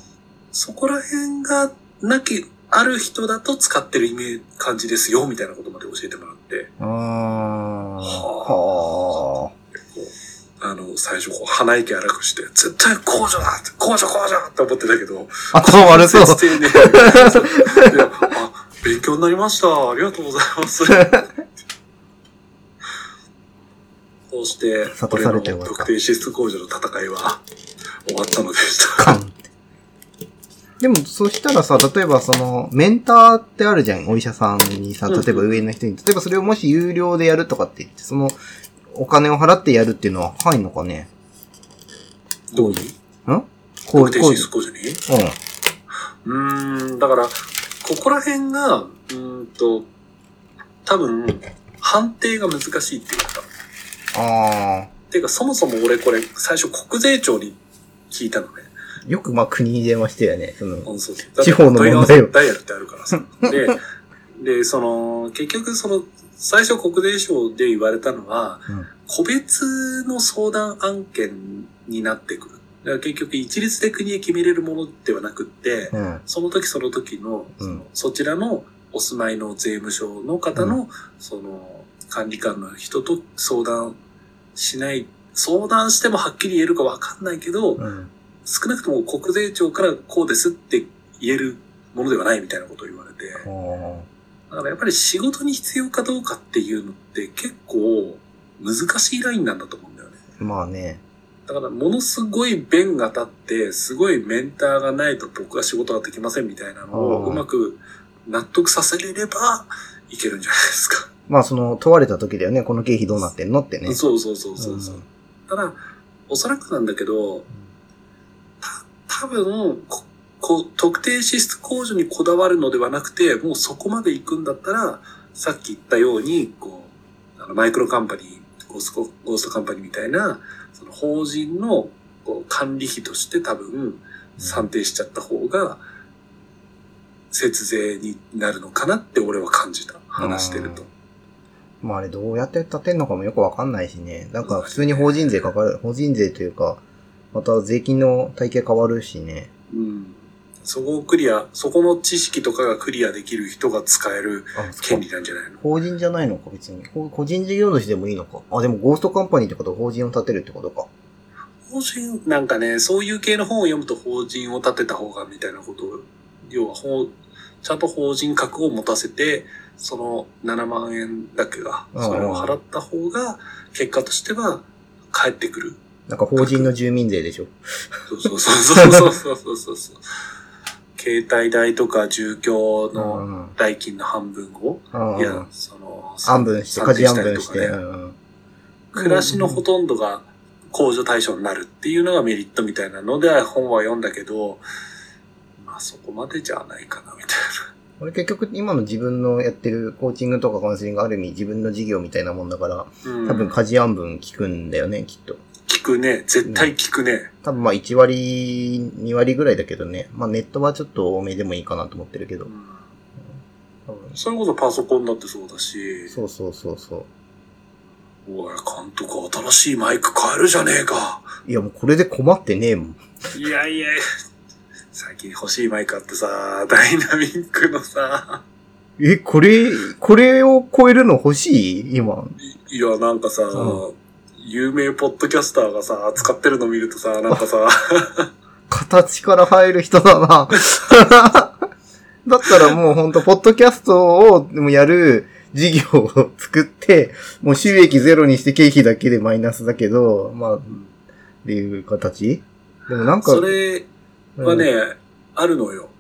S1: そこら辺がなき、ある人だと使ってるイメージ、感じですよ、みたいなことまで教えてもらって、
S2: ー。あー
S1: は
S2: は
S1: あの、最初こう、鼻息荒くして、絶対工場だって、工場工場って思ってたけど、
S2: あ。頭悪そう。
S1: 先生ねいやあ、勉強になりました。ありがとうござい ます。こうして、こ
S2: 諭
S1: れ
S2: さ
S1: の
S2: れて終わった
S1: 特定支出控除の戦いは終わったのでした。
S2: カンってでも、そしたらさ、例えばその、メンターってあるじゃん、お医者さんにさ、
S1: うん
S2: 例えば上の人に、例えばそれをもし有料でやるとかって言って、その、お金を払ってやるっていうのは入んのかね
S1: どうに
S2: んこう、こ
S1: 特定
S2: う
S1: 支出、控除に
S2: う
S1: うーん、だから、ここら辺が、うーんと、多分、判定が難しいっていうか。
S2: ん。あ
S1: ていうか、そもそも俺これ、最初国税庁に聞いたのね。
S2: ー。よくまあ国に電話してよね、その、
S1: うんそうそう
S2: 地方の問題よ
S1: だって問い合わせダイヤルってあるから さ。で、で、その、結局その、最初国税省で言われたのは、
S2: うん
S1: 個別の相談案件になってくる。だから結局一律で国で決めれるものではなくって、
S2: うん。
S1: その時その時の、
S2: うん
S1: そのそちらのお住まいの税務署の方の、その管理官の人と相談しない、相談してもはっきり言えるかわかんないけど、
S2: うん。
S1: 少なくとも国税庁からこうですって言えるものではないみたいなことを言われて、
S2: あー
S1: だからやっぱり仕事に必要かどうかっていうのって結構難しいラインなんだと思うんだよね。
S2: まあね。
S1: だから、ものすごい弁が立って、すごいメンターがないと僕は仕事ができませんみたいなのを
S2: あー
S1: うまく納得させれれば、いけるんじゃないですか。
S2: まあその、問われた時だよね、この経費どうなってんのってね。
S1: そうそうそうそうそう、
S2: ん
S1: ただ、おそらくなんだけど、多分ここ、特定支出控除にこだわるのではなくて、もうそこまで行くんだったら、さっき言ったように、こう、あのマイクロカンパニー、ゴーストゴーストカンパニーみたいな、その法人のこう管理費として多分、算定しちゃった方が、節税になるのかなって俺は感じた。話してると。
S2: まああれどうやって立てんのかもよくわかんないしね。なんか普通に法人税かかる、法人税というか、また税金の体系変わるしね。
S1: うん。そこをクリア、そこの知識とかがクリアできる人が使える
S2: あ、そ
S1: 権
S2: うか。
S1: 利なんじゃないの
S2: 法人じゃないのか、別に。こ個人事業主でもいいのか。あ、でもゴーストカンパニーってことは法人を立てるってことか。
S1: 法人、なんかね、そういう系の本を読むと法人を立てた方がみたいなことを、要は法、ちゃんと法人格を持たせて、その7万円だけが、
S2: うん
S1: それを払った方が、結果としては返ってくる。
S2: なんか法人の住民税でしょ。
S1: そうそうそうそうそうそうそうそう。携帯代とか住居の
S2: ん。うん
S1: 代金の半分を、
S2: うん。
S1: いや、その、
S2: 安分して、家
S1: 算
S2: 事
S1: 定
S2: 安
S1: たり
S2: 分
S1: と
S2: し
S1: か
S2: て。
S1: ね
S2: うんうん
S1: 暮らしのほとんどが控除対象になるっていうのがメリットみたいなので本は読んだけど、まあそこまでじゃないかなみたい
S2: 俺結局今の自分のやってるコーチングとかカウンセリングある意味自分の事業みたいなもんだから、
S1: な。うん、
S2: 多分家事安分聞くんだよね、きっと。
S1: 聞くね。絶対聞くね。
S2: 多分まあ1割、2割ぐらいだけどね。まあネットはちょっと多めでもいいかなと思ってるけど
S1: う。ん
S2: 多分
S1: それこそパソコンだってそうだし、
S2: そうそうそうそう。
S1: おい、監督新しいマイク買えるじゃねえか。
S2: いやもうこれで困ってねえもん。
S1: いやいや、最近欲しいマイクあってさ、ダイナミックのさ、
S2: え、これ、これを超えるの欲しい今。
S1: いいや、なんかさ、
S2: う
S1: 有名ポッドキャスターがさ、使ってるの見るとさ、なん かさ、
S2: 形から入る人だな。 だったらもうほんと、ポッドキャストをもうやる事業を作って、もう収益ゼロにして経費だけでマイナスだけど、まあ、っていう形でもなんか、
S1: それはね、あるのよ。
S2: うん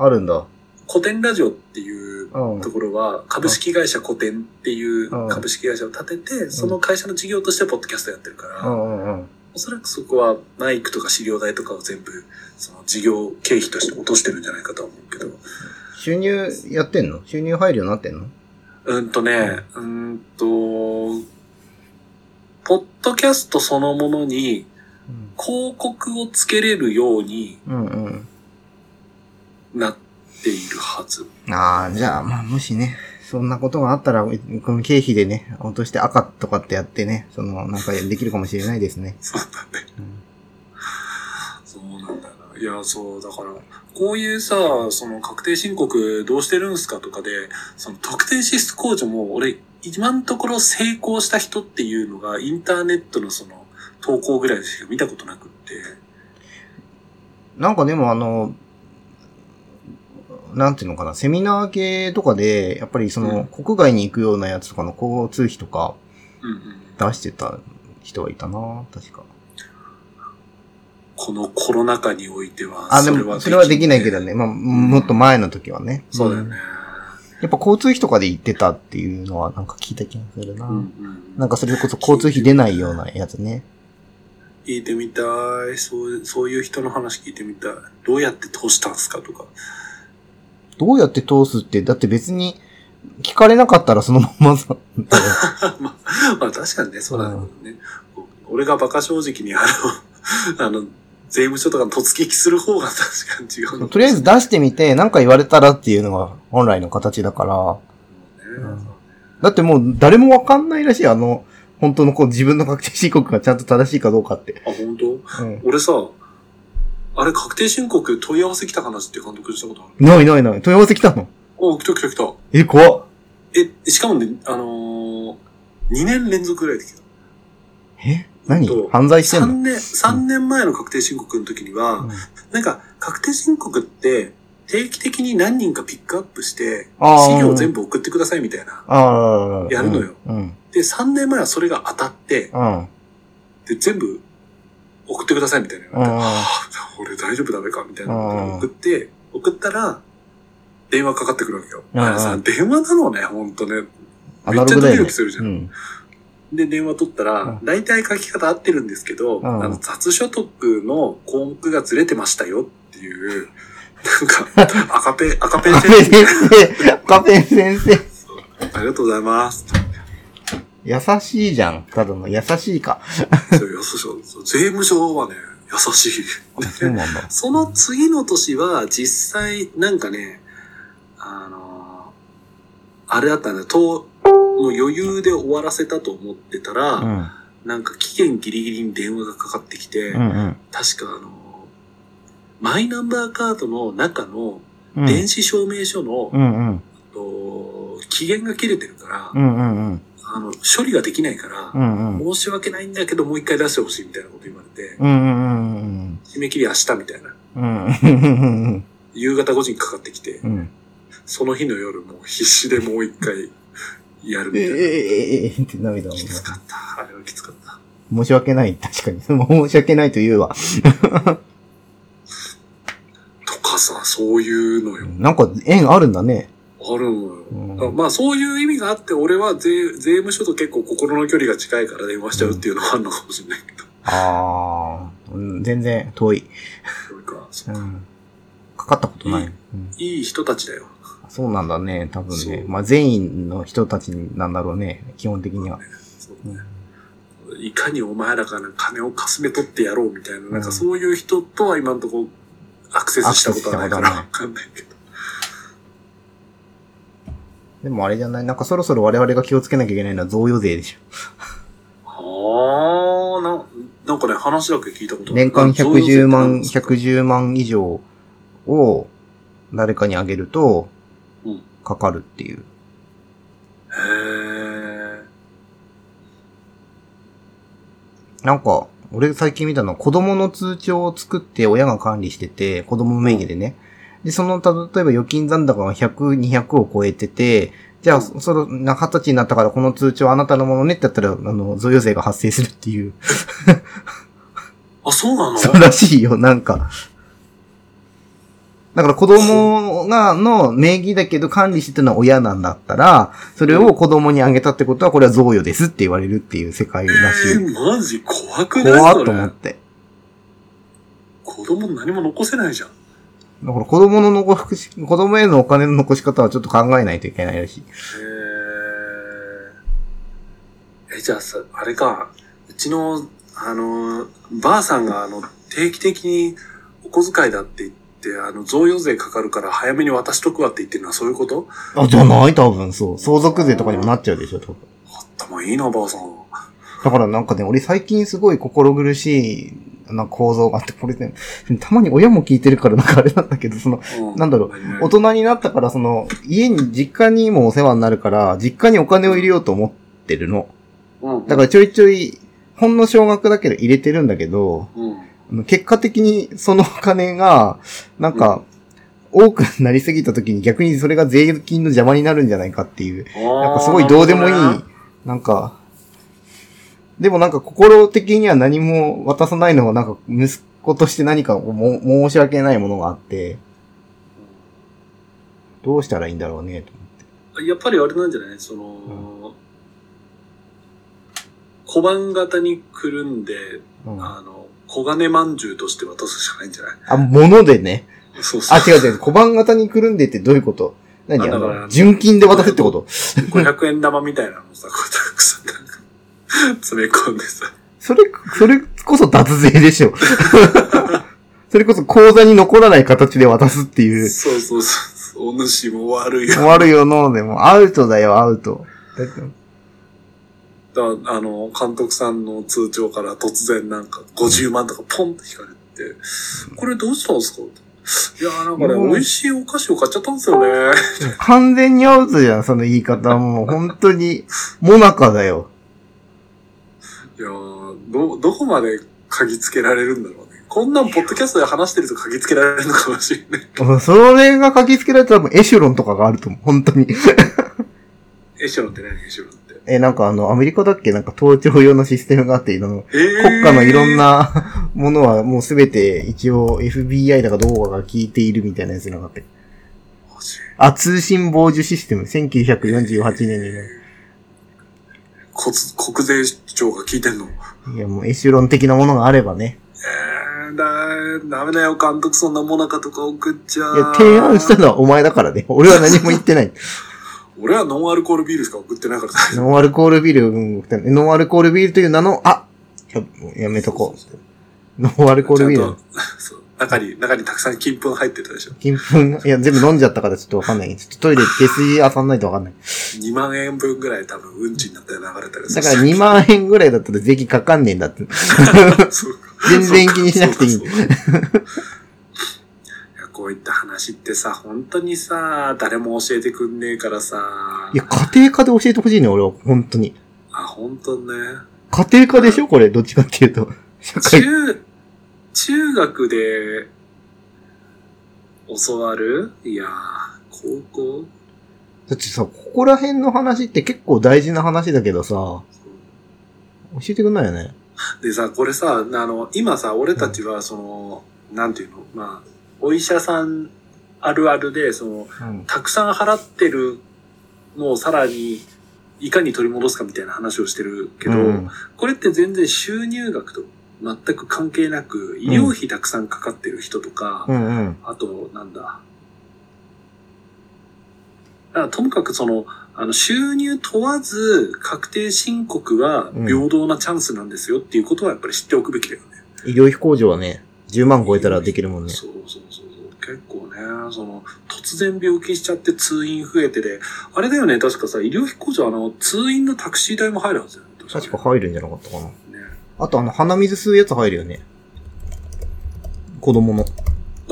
S2: あるんだ。
S1: 古典ラジオっていう
S2: うん。
S1: ところは、株式会社古典っていう
S2: うん
S1: 株式会社を立てて、その会社の事業としてポッドキャストやってるから、
S2: うんうんうん。
S1: おそらくそこはナイクとか資料代とかを全部、その事業経費として落としてるんじゃないかとは思うけど。
S2: 収入やってんの収入入るようになってんの
S1: うんとね、うんと、ポッドキャストそのものに広告をつけれるように
S2: うんうん。
S1: なっているはず。
S2: ああ、じゃあ、まあ、もしね、そんなことがあったら、この経費でね、落として赤とかってやってね、その、なんかできるかもしれないですね。
S1: そうだね。そうなんだよな。いや、そう、だから、こういうさ、その確定申告どうしてるんすかとかで、その特定支出控除も、俺、今のところ成功した人っていうのが、インターネットのその、投稿ぐらいしか見たことなくって。
S2: なんかでもあの、なんていうのかな、セミナー系とかで、やっぱりその、国外に行くようなやつとかの交通費とか
S1: うんうん。
S2: 出してた人はいたな、確か。
S1: このコロナ禍においては、
S2: あ、でも、それはできないけどね。まあ、もっと前の時はね。
S1: そうだよね
S2: ん。やっぱ交通費とかで行ってたっていうのはなんか聞いた気がするな。
S1: うんうん。
S2: なんかそれこそ交通費出ないようなやつね。
S1: 聞いてみたい。そう、そういう人の話聞いてみたい。どうやって通したんすかとか。
S2: どうやって通すって、だって別に聞かれなかったらそのままさ。
S1: まあ、まあ確かにね、そうなんだけどね。こう俺が馬鹿正直にあの、 あの、税務署とかの突撃する方が確かに違 うの
S2: とりあえず出してみて、なんか言われたらっていうのが本来の形だから。
S1: そうね
S2: うんだってもう誰もわかんないらしい、あの、本当のこう自分の確定申告がちゃんと正しいかどうかって。
S1: あ、本当
S2: うん。
S1: 俺さ、あれ確定申告問い合わせ来た話って監督したことある
S2: ないないない。問い合わせ来たの
S1: お、来た来た来た。
S2: え、怖っ。
S1: え、しかもね、あのー、2年連続ぐらいで来た。
S2: え何
S1: そう
S2: 犯罪してん
S1: 3
S2: の
S1: 年、三年前の確定申告の時には、
S2: うん
S1: なんか確定申告って定期的に何人かピックアップして、
S2: あー
S1: 資料全部送ってくださいみたいな。
S2: ああ。
S1: やるのよ
S2: うん。うん。
S1: で、3年前はそれが当たって、
S2: うん。
S1: で、全部送ってくださいみたいなのがあって。
S2: うん
S1: はぁ俺大丈夫ダメかみたいなことを送って、送ったら、電話かかってくるわけよ。
S2: うん
S1: あれさ、電話なのね、ほんとね。
S2: ア
S1: めっ
S2: ナログだよ
S1: ちゃドキド
S2: ね
S1: キするじゃん
S2: うん。
S1: で、電話取ったら
S2: う、ん
S1: 大体書き方合ってるんですけど、
S2: ん
S1: あの、雑所得の項目がずれてましたよっていう、なん か、赤ペン、赤ペン
S2: カ
S1: 先
S2: ペ
S1: 生、
S2: 先生、カペ先生。
S1: ありがとうございます。
S2: 優しいじゃん。ただの優しいか。
S1: そう、優しいそう税務署はね、優 しい。
S2: そうなんだ。
S1: その次の年は、実際、なんかね、あのーあれだったんだよ、と、もう余裕で終わらせたと思ってたら、
S2: うん。
S1: なんか期限ギリギリに電話がかかってきて、
S2: うん
S1: 確かあの、マイナンバーカードの中の
S2: うん。
S1: 電子証明書の、
S2: うんうん。
S1: と期限が切れてるから、
S2: うんうんうん。
S1: あの、処理ができないから
S2: う、んうん。
S1: 申し訳ないんだけどもう一回出してほしいみたいなこと言われて、
S2: うんうん
S1: 締め切り明日みたいな。
S2: うんうん。うん
S1: 夕方5時にかかってきて
S2: う、ん。
S1: その日の夜もう必死でもう一回やる
S2: え
S1: みた
S2: え
S1: いな。
S2: ええって涙を。
S1: きつか
S2: 申
S1: った。あれはきつかった。
S2: し訳ない。確かに。申し訳ないと言うわ。
S1: とかさ、そういうのよ。
S2: なんか縁あるんだね。
S1: あるのよ。
S2: うん
S1: まあそういう意味があって、俺は税税務署と結構心の距離が近いから電話しちゃうっていうのはあるのかもしれないけど。
S2: ああ。うん全然遠い。。
S1: そうかそううん
S2: かかったことない。うん
S1: いい人たちだよ。
S2: そうなんだね。多分
S1: そ
S2: ね。
S1: う
S2: まあ全員の人たちなんだろうね。基本的には。
S1: そうねいかにお前らから金をかすめ取ってやろうみたいな、なんかそういう人とは今のところアクセスしたことはないから
S2: ア
S1: わ
S2: ク
S1: かんないけど。
S2: でもあれじゃないなんかそろそろ我々が気をつけなきゃいけないのは贈与税でしょ。
S1: ああ、な、なんかね、話だけ聞いたことある
S2: 年間110万、
S1: そういう
S2: 110万以上を誰かにあげると
S1: うん、
S2: かかるっていう。
S1: へえ。
S2: なんか、俺最近見たのは子供の通帳を作って親が管理してて、子供名義でね。で、その、た例えば預金残高が100、200を超えてて、じゃ
S1: う
S2: あ、
S1: ん
S2: その、な二十歳になったからこの通帳あなたのものねってやったら、あの、贈与税が発生するっていう、
S1: あ、そうなの
S2: そうらしいよ、なんか。だから子供が、の名義だけど管理してたのは親なんだったら、それを子供にあげたってことは、これは贈与ですって言われるっていう世界らし
S1: え
S2: い。
S1: ー、マジ怖くない
S2: 怖
S1: そ
S2: っと思
S1: れ
S2: っ。て。
S1: 子供何も残せないじゃん。
S2: だから子供の残し、子供へのお金の残し方はちょっと考えないといけないらしい。
S1: えーえ、じゃあさ、あれか、うちの、あの、ばあさんが、あの、定期的にお小遣いだって言って、あの、贈与税かかるから早めに渡しとくわって言ってるのはそういうこと
S2: あ、じゃない多分、そう。相続税とかにもなっちゃうでしょ、多分。
S1: 頭いいな、ばあさん。
S2: だからなんかね、俺最近すごい心苦しい、な構造があって、これね、たまに親も聞いてるからなんかあれなんだけど、その、
S1: うん
S2: なんだろう
S1: う
S2: 大人になったから、その、家に、実家にもお世話になるから、実家にお金を入れようと思ってるの。
S1: うん、
S2: だからちょいちょい、ほんの少額だけど入れてるんだけど、
S1: うん。
S2: あの結果的にそのお金が、なんか、多くなりすぎた時に逆にそれが税金の邪魔になるんじゃないかっていうなんかすごいどうでもいい
S1: あーなるほどね、
S2: なんか、でもなんか心的には何も渡さないのがなんか息子として何かも申し訳ないものがあって、どうしたらいいんだろうね、と思って。
S1: やっぱりあれなんじゃないその、小判型にくるんで、
S2: うん、あ、
S1: あの、小金まんじゅうとして渡すしかないんじゃない
S2: 物でね。
S1: そうそう。
S2: あ、違う違う。小判型にくるんでってどういうこと何
S1: あ
S2: あ
S1: だから
S2: の、純金で渡すってこと
S1: 500円玉みたいなのをさ、こうたくさんなんか詰め込んでさ。
S2: それ、それこそ脱税でしょ。 それこそ口座に残らない形で渡すっていう。
S1: そうそうそう。お主も悪いよ。
S2: 悪いよのでも、アウトだよ、アウト。だって
S1: だあの、監督さんの通帳から突然なんか50万とかポンって引かれて、これどうしたんですかいやーなんかね、
S2: うん
S1: 美味しいお菓子を買っちゃったんですよね。
S2: 完全にアウトじゃん、その言い方はもう本当に、モナカだよ。
S1: いやーど、どこまで嗅ぎつけられるんだろうね。こんなんポッドキャストで話してると嗅ぎつけられるのかもしれない。
S2: それが書きつけられたら多分エシュロンとかがあると思う、本当に。
S1: エシュロンって何エシュロンって。
S2: え、なんかあの、アメリカだっけなんか盗聴用のシステムがあって、あの、
S1: えー
S2: 国家のいろん。なものはもうすべて一応 FBI だかどうかが聞いているみたいなやつがあって。
S1: マジ
S2: あ、通信傍受システム、1948年にね。
S1: こつ国税庁が聞いてんの。
S2: いや、もうエシュロン的なものがあればね。
S1: えー、だ、ダメだよ、監督、そんなもなかとか送っちゃ。
S2: いや、提案したのはお前だからね。 俺は何も言ってない。
S1: 俺はノンアルコールビールしか送ってないから大丈夫
S2: ノンアルコールビール、うん、ノンアルコールビールという名の、あややめとこ
S1: そうそう
S2: う。ノンアルコールビ
S1: ちゃ
S2: ー
S1: ん
S2: ル。
S1: と、 そう中に、中にたくさん金粉入ってたでしょ。
S2: 金粉、いや、全部飲んじゃったからちょっとわかんない。ちょっとトイレ下水あさんないとわかんない。
S1: 2万円分ぐらい多分、うんちになったら流れたり
S2: だから2万円ぐらいだったら税金かかんねえんだって。
S1: 万そうか
S2: 全然気にしなくていい
S1: そうかそうかそうかいやこういった話ってさ、本当にさ、誰も教えてくんねえからさ
S2: い。や、家庭科で教えてほしいね、俺は。本当に。
S1: あ、本当ね。
S2: 家庭科でしょこれ、どっちかっていうと。社会。
S1: 中、中学で教わるいやー、高校
S2: だってさ、ここら辺の話って結構大事な話だけどさ、教えてくんないよね。
S1: でさ、これさ、あの、今さ、俺たちは、その、なんていうのまあ、お医者さんあるあるで、その、
S2: うん。
S1: たくさん払ってるのをさらに、いかに取り戻すかみたいな話をしてるけど、
S2: うん
S1: これって全然収入額と全く関係なく、医療費たくさんかかってる人とか、
S2: うんうん。
S1: あと、なんだ。だからともかくその、あの、収入問わず確定申告は平等なチャンスなんですよっていうことはやっぱり知っておくべきだよね。
S2: 医療費控除はね、10万超えたらできるもんね。
S1: そうそうそうそう。結構ね、その、突然病気しちゃって通院増えてで、あれだよね、確かさ、医療費控除あの、通院のタクシー代も入るはずだよね。
S2: 確か入るんじゃなかったかな。
S1: ね。
S2: あとあの、鼻水吸うやつ入るよね。子供の。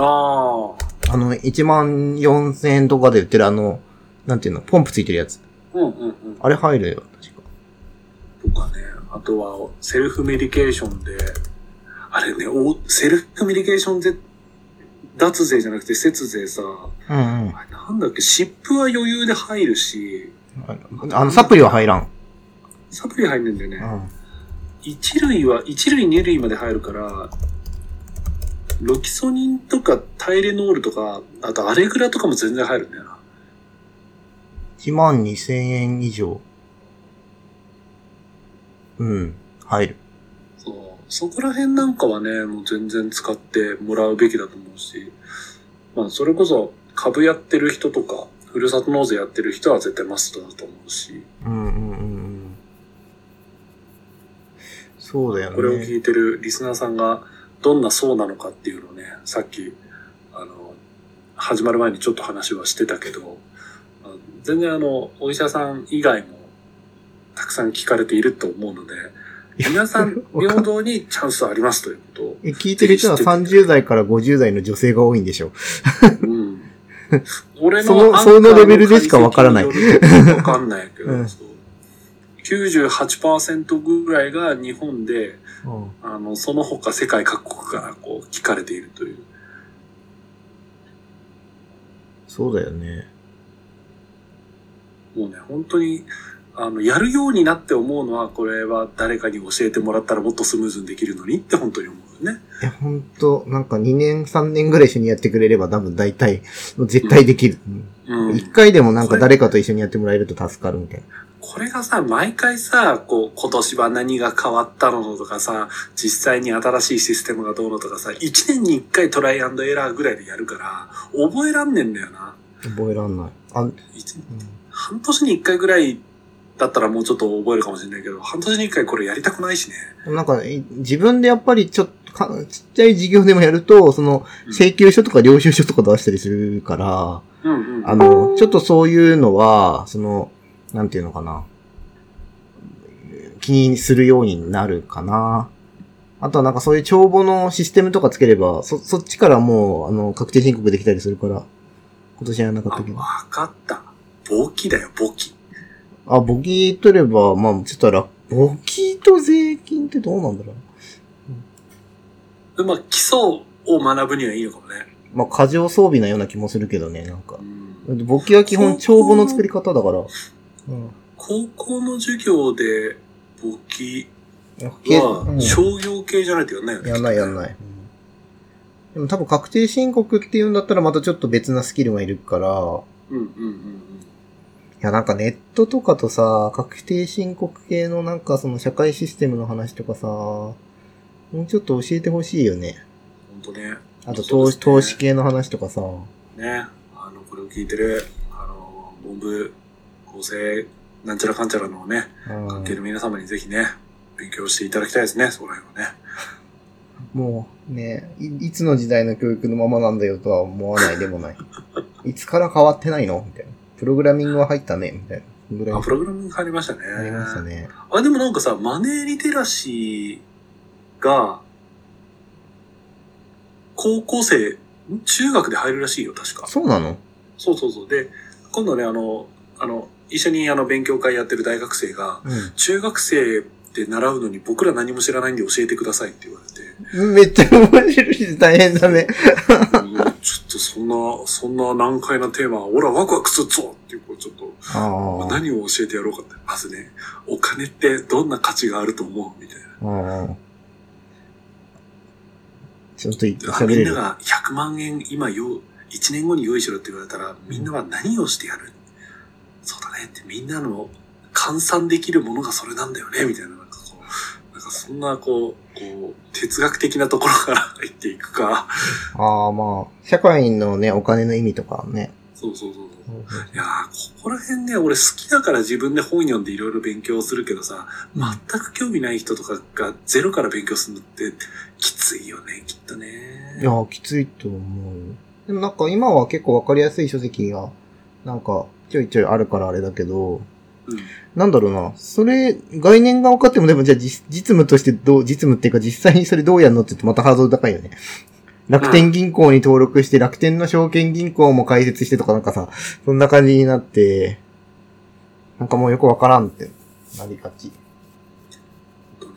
S1: ああ。
S2: あの、1万4千円とかで売ってるあの、なんていうの、ポンプついてるやつ。
S1: うんうんうん。
S2: あれ入るよ、確か。
S1: とかね、あとはセルフメディケーションで、あれね、おセルフメディケーションで脱税じゃなくて節税さ、
S2: うんうん
S1: あれなんだっけ、湿布は余裕で入るし、
S2: あの、サプリは入らん。
S1: サプリ入んねんだよ
S2: う
S1: ね。
S2: ん。
S1: 一類は、一類二類まで入るから、ロキソニンとかタイレノールとか、あとアレグラとかも全然入るんだよな。
S2: 1万2000円以上。うん、入る。
S1: そう。そこら辺なんかはね、もう全然使ってもらうべきだと思うし、まあ、それこそ株やってる人とか、ふるさと納税やってる人は絶対マストだと思うし、
S2: うんうんうんうん。そうだよね。
S1: これを聞いてるリスナーさんがどんな層なのかっていうのをね、さっき、あの、始まる前にちょっと話はしてたけど、あ全然あの、お医者さん以外もたくさん聞かれていると思うので、皆さん
S2: わか
S1: 平
S2: ん
S1: 等にチャンスありますということを
S2: え聞いてる 人は
S1: ぜひ知って
S2: 30代から50代の女性が多いんでしょ。
S1: うん俺
S2: その
S1: アンカー
S2: そのレベルでしかわからない
S1: 解析によるとわかんないけど、
S2: うん
S1: そう98%ぐらいが日本で、
S2: うん
S1: あの、その他世界各国からこう聞かれているという。
S2: そうだよね。
S1: もうね、本当に、あの、やるようになって思うのは、これは誰かに教えてもらったらもっとスムーズにできるのにって本当に思うよね。
S2: え、ほんと、なんか2年3年ぐらい一緒にやってくれれば多分大体、絶対できる。
S1: う
S2: 一
S1: ん。
S2: 回でもなんか誰かと一緒にやってもらえると助かるみたいな。
S1: これがさ、毎回さ、こう、今年は何が変わったのとかさ、実際に新しいシステムがどうのとかさ、一年に一回トライアンドエラーぐらいでやるから、覚えらんねんだよな。
S2: 覚えらんない。あ、うん
S1: 一半年に一回ぐらいだったらもうちょっと覚えるかもしれないけど、半年に一回これやりたくないしね。
S2: なんか、い自分でやっぱりちょっとか、ちっちゃい事業でもやると、その、
S1: うん
S2: 請求書とか領収書とか出したりするから、
S1: うんうん。
S2: あの、ちょっとそういうのは、その、なんていうのかな。気にするようになるかな。あとはなんかそういう帳簿のシステムとかつければ、そ、そっちからもう、あの、確定申告できたりするから、今年やらなかったけど。
S1: あわかった。簿記だよ、簿記。
S2: あ、簿記取れば、まあ、ちょっと楽、簿記と税金ってどうなんだろう。
S1: まあ、基礎を学ぶにはいいのかもね。
S2: まあ、過剰装備なような気もするけどね、なんか
S1: う。ん、
S2: 簿記は基本帳簿の作り方だから。うん。
S1: 高校の授業で簿記
S2: う
S1: は
S2: ん
S1: 商業系じゃないとやんないよね。
S2: やんないやんない。でも多分確定申告っていうんだったらまたちょっと別なスキルがいるから、い
S1: うんうんうんうん。
S2: やなんかネットとかとさ、確定申告系のなんかその社会システムの話とかさ、もうちょっと教えてほしいよね。
S1: ほんとね。
S2: あと
S1: そうです
S2: 投資、
S1: ね
S2: 投資系の話とかさ。
S1: ね。あの、これを聞いてる、あの、文部、構成、なんちゃらかんちゃらのね、
S2: うん
S1: 関係の皆様にぜひね、勉強していただきたいですね、そこら辺はね。
S2: もうねい、いつの時代の教育のままなんだよとは思わないでもない。いつから変わってないのみたいな。プログラミングは入ったねみたいな。ぐらい
S1: あ、プログラミング入りましたね。
S2: ありましたね。
S1: あ、でもなんかさ、マネーリテラシーが、高校生、ん中学で入るらしいよ、確か。
S2: そうなの
S1: そうそうそう。で、今度ね、あの、あの、一緒にあの、勉強会やってる大学生が、
S2: うん。
S1: 中学生で習うのに僕ら何も知らないんで教えてくださいって言われて、
S2: めっちゃ面白いし大変だね。
S1: うわちょっとそんな、そんな難解なテーマ、俺はワクワクするぞっていう、こう、ちょっと、
S2: ああ。
S1: 何を教えてやろうかって。まずね、お金ってどんな価値があると思うみたいな。
S2: ああちょっとい
S1: あ
S2: 喋
S1: みん
S2: れ
S1: な
S2: る。
S1: が100万円今用、1年後に用意しろって言われたら、みんなは何をしてやるそうだねってみんなの換算できるものがそれなんだよね、みたいな。なんかこう、なんかそんなこう、こう、哲学的なところから入っていくか。
S2: ああ、まあ、社会のね、お金の意味とかね。
S1: そうそうそうそう。いやー、ここら辺ね、俺好きだから自分で本読んでいろいろ勉強するけどさ、全く興味ない人とかがゼロから勉強するのってきついよね、きっとね。
S2: いや、きついと思うよ。でもなんか今は結構わかりやすい書籍が、なんかちょいちょいあるからあれだけど、
S1: うん
S2: なんだろうな。それ、概念が分かっても、でもじゃあ実実務としてどう、実務っていうか実際にそれどうやるのって言ってまたハードル高いよね。楽天銀行に登録して、楽天の証券銀行も開設してとかなんかさ、そんな感じになって、なんかもうよくわからんってなりがち。
S1: とね。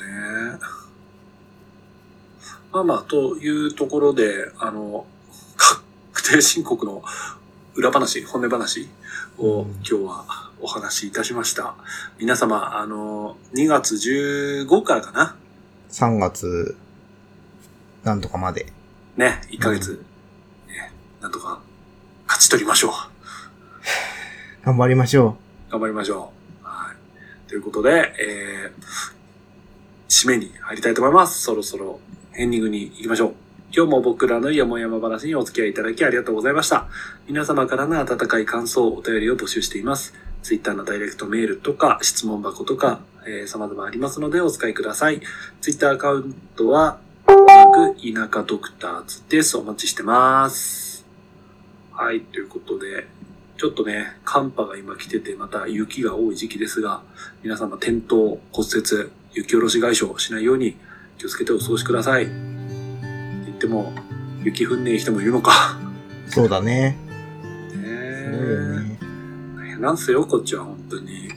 S1: まあまあ、というところで、あの、確定申告の裏話、本音話を
S2: うん
S1: 今日はお話しいたしました。皆様、あの、2月15からかな
S2: 3月、なんとかまで。
S1: ね、1ヶ月、ね、なんとか、勝ち取りましょう。
S2: 頑張りましょ
S1: 頑張りましょう。はい。ということで、えー、締めに入りたいと思います。そろそろエンディングに行きましょう。今日も僕らのやもやま話にお付き合いいただきありがとうございました。皆様からの温かい感想、お便りを募集しています。Twitter のダイレクトメールとか、質問箱とか、えー、様々ありますのでお使いください。Twitter アカウントは、田舎ドクターズです。お待ちしてます。はい、ということで、ちょっとね、寒波が今来てて、また雪が多い時期ですが、皆様転倒、骨折、雪下ろし外傷をしないように気をつけてお過ごしください。って言っても、雪降んねえ人もいるのか。
S2: う。そうだね。
S1: ね
S2: そうだよ
S1: え。
S2: ね。
S1: 大変なんすよ、こっちは本当に。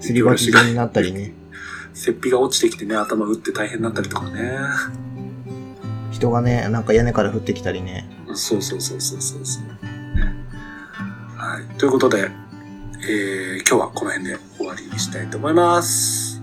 S2: すり鉢状になったりね。
S1: 雪皮が落ちてきてね、頭打って大変になったりとかね。
S2: 人がね、なんか屋根から降ってきたりね。
S1: そうそうそうそうそうそう、ねはい。ということで、えー今日はこの辺で終わりにしたいと思います。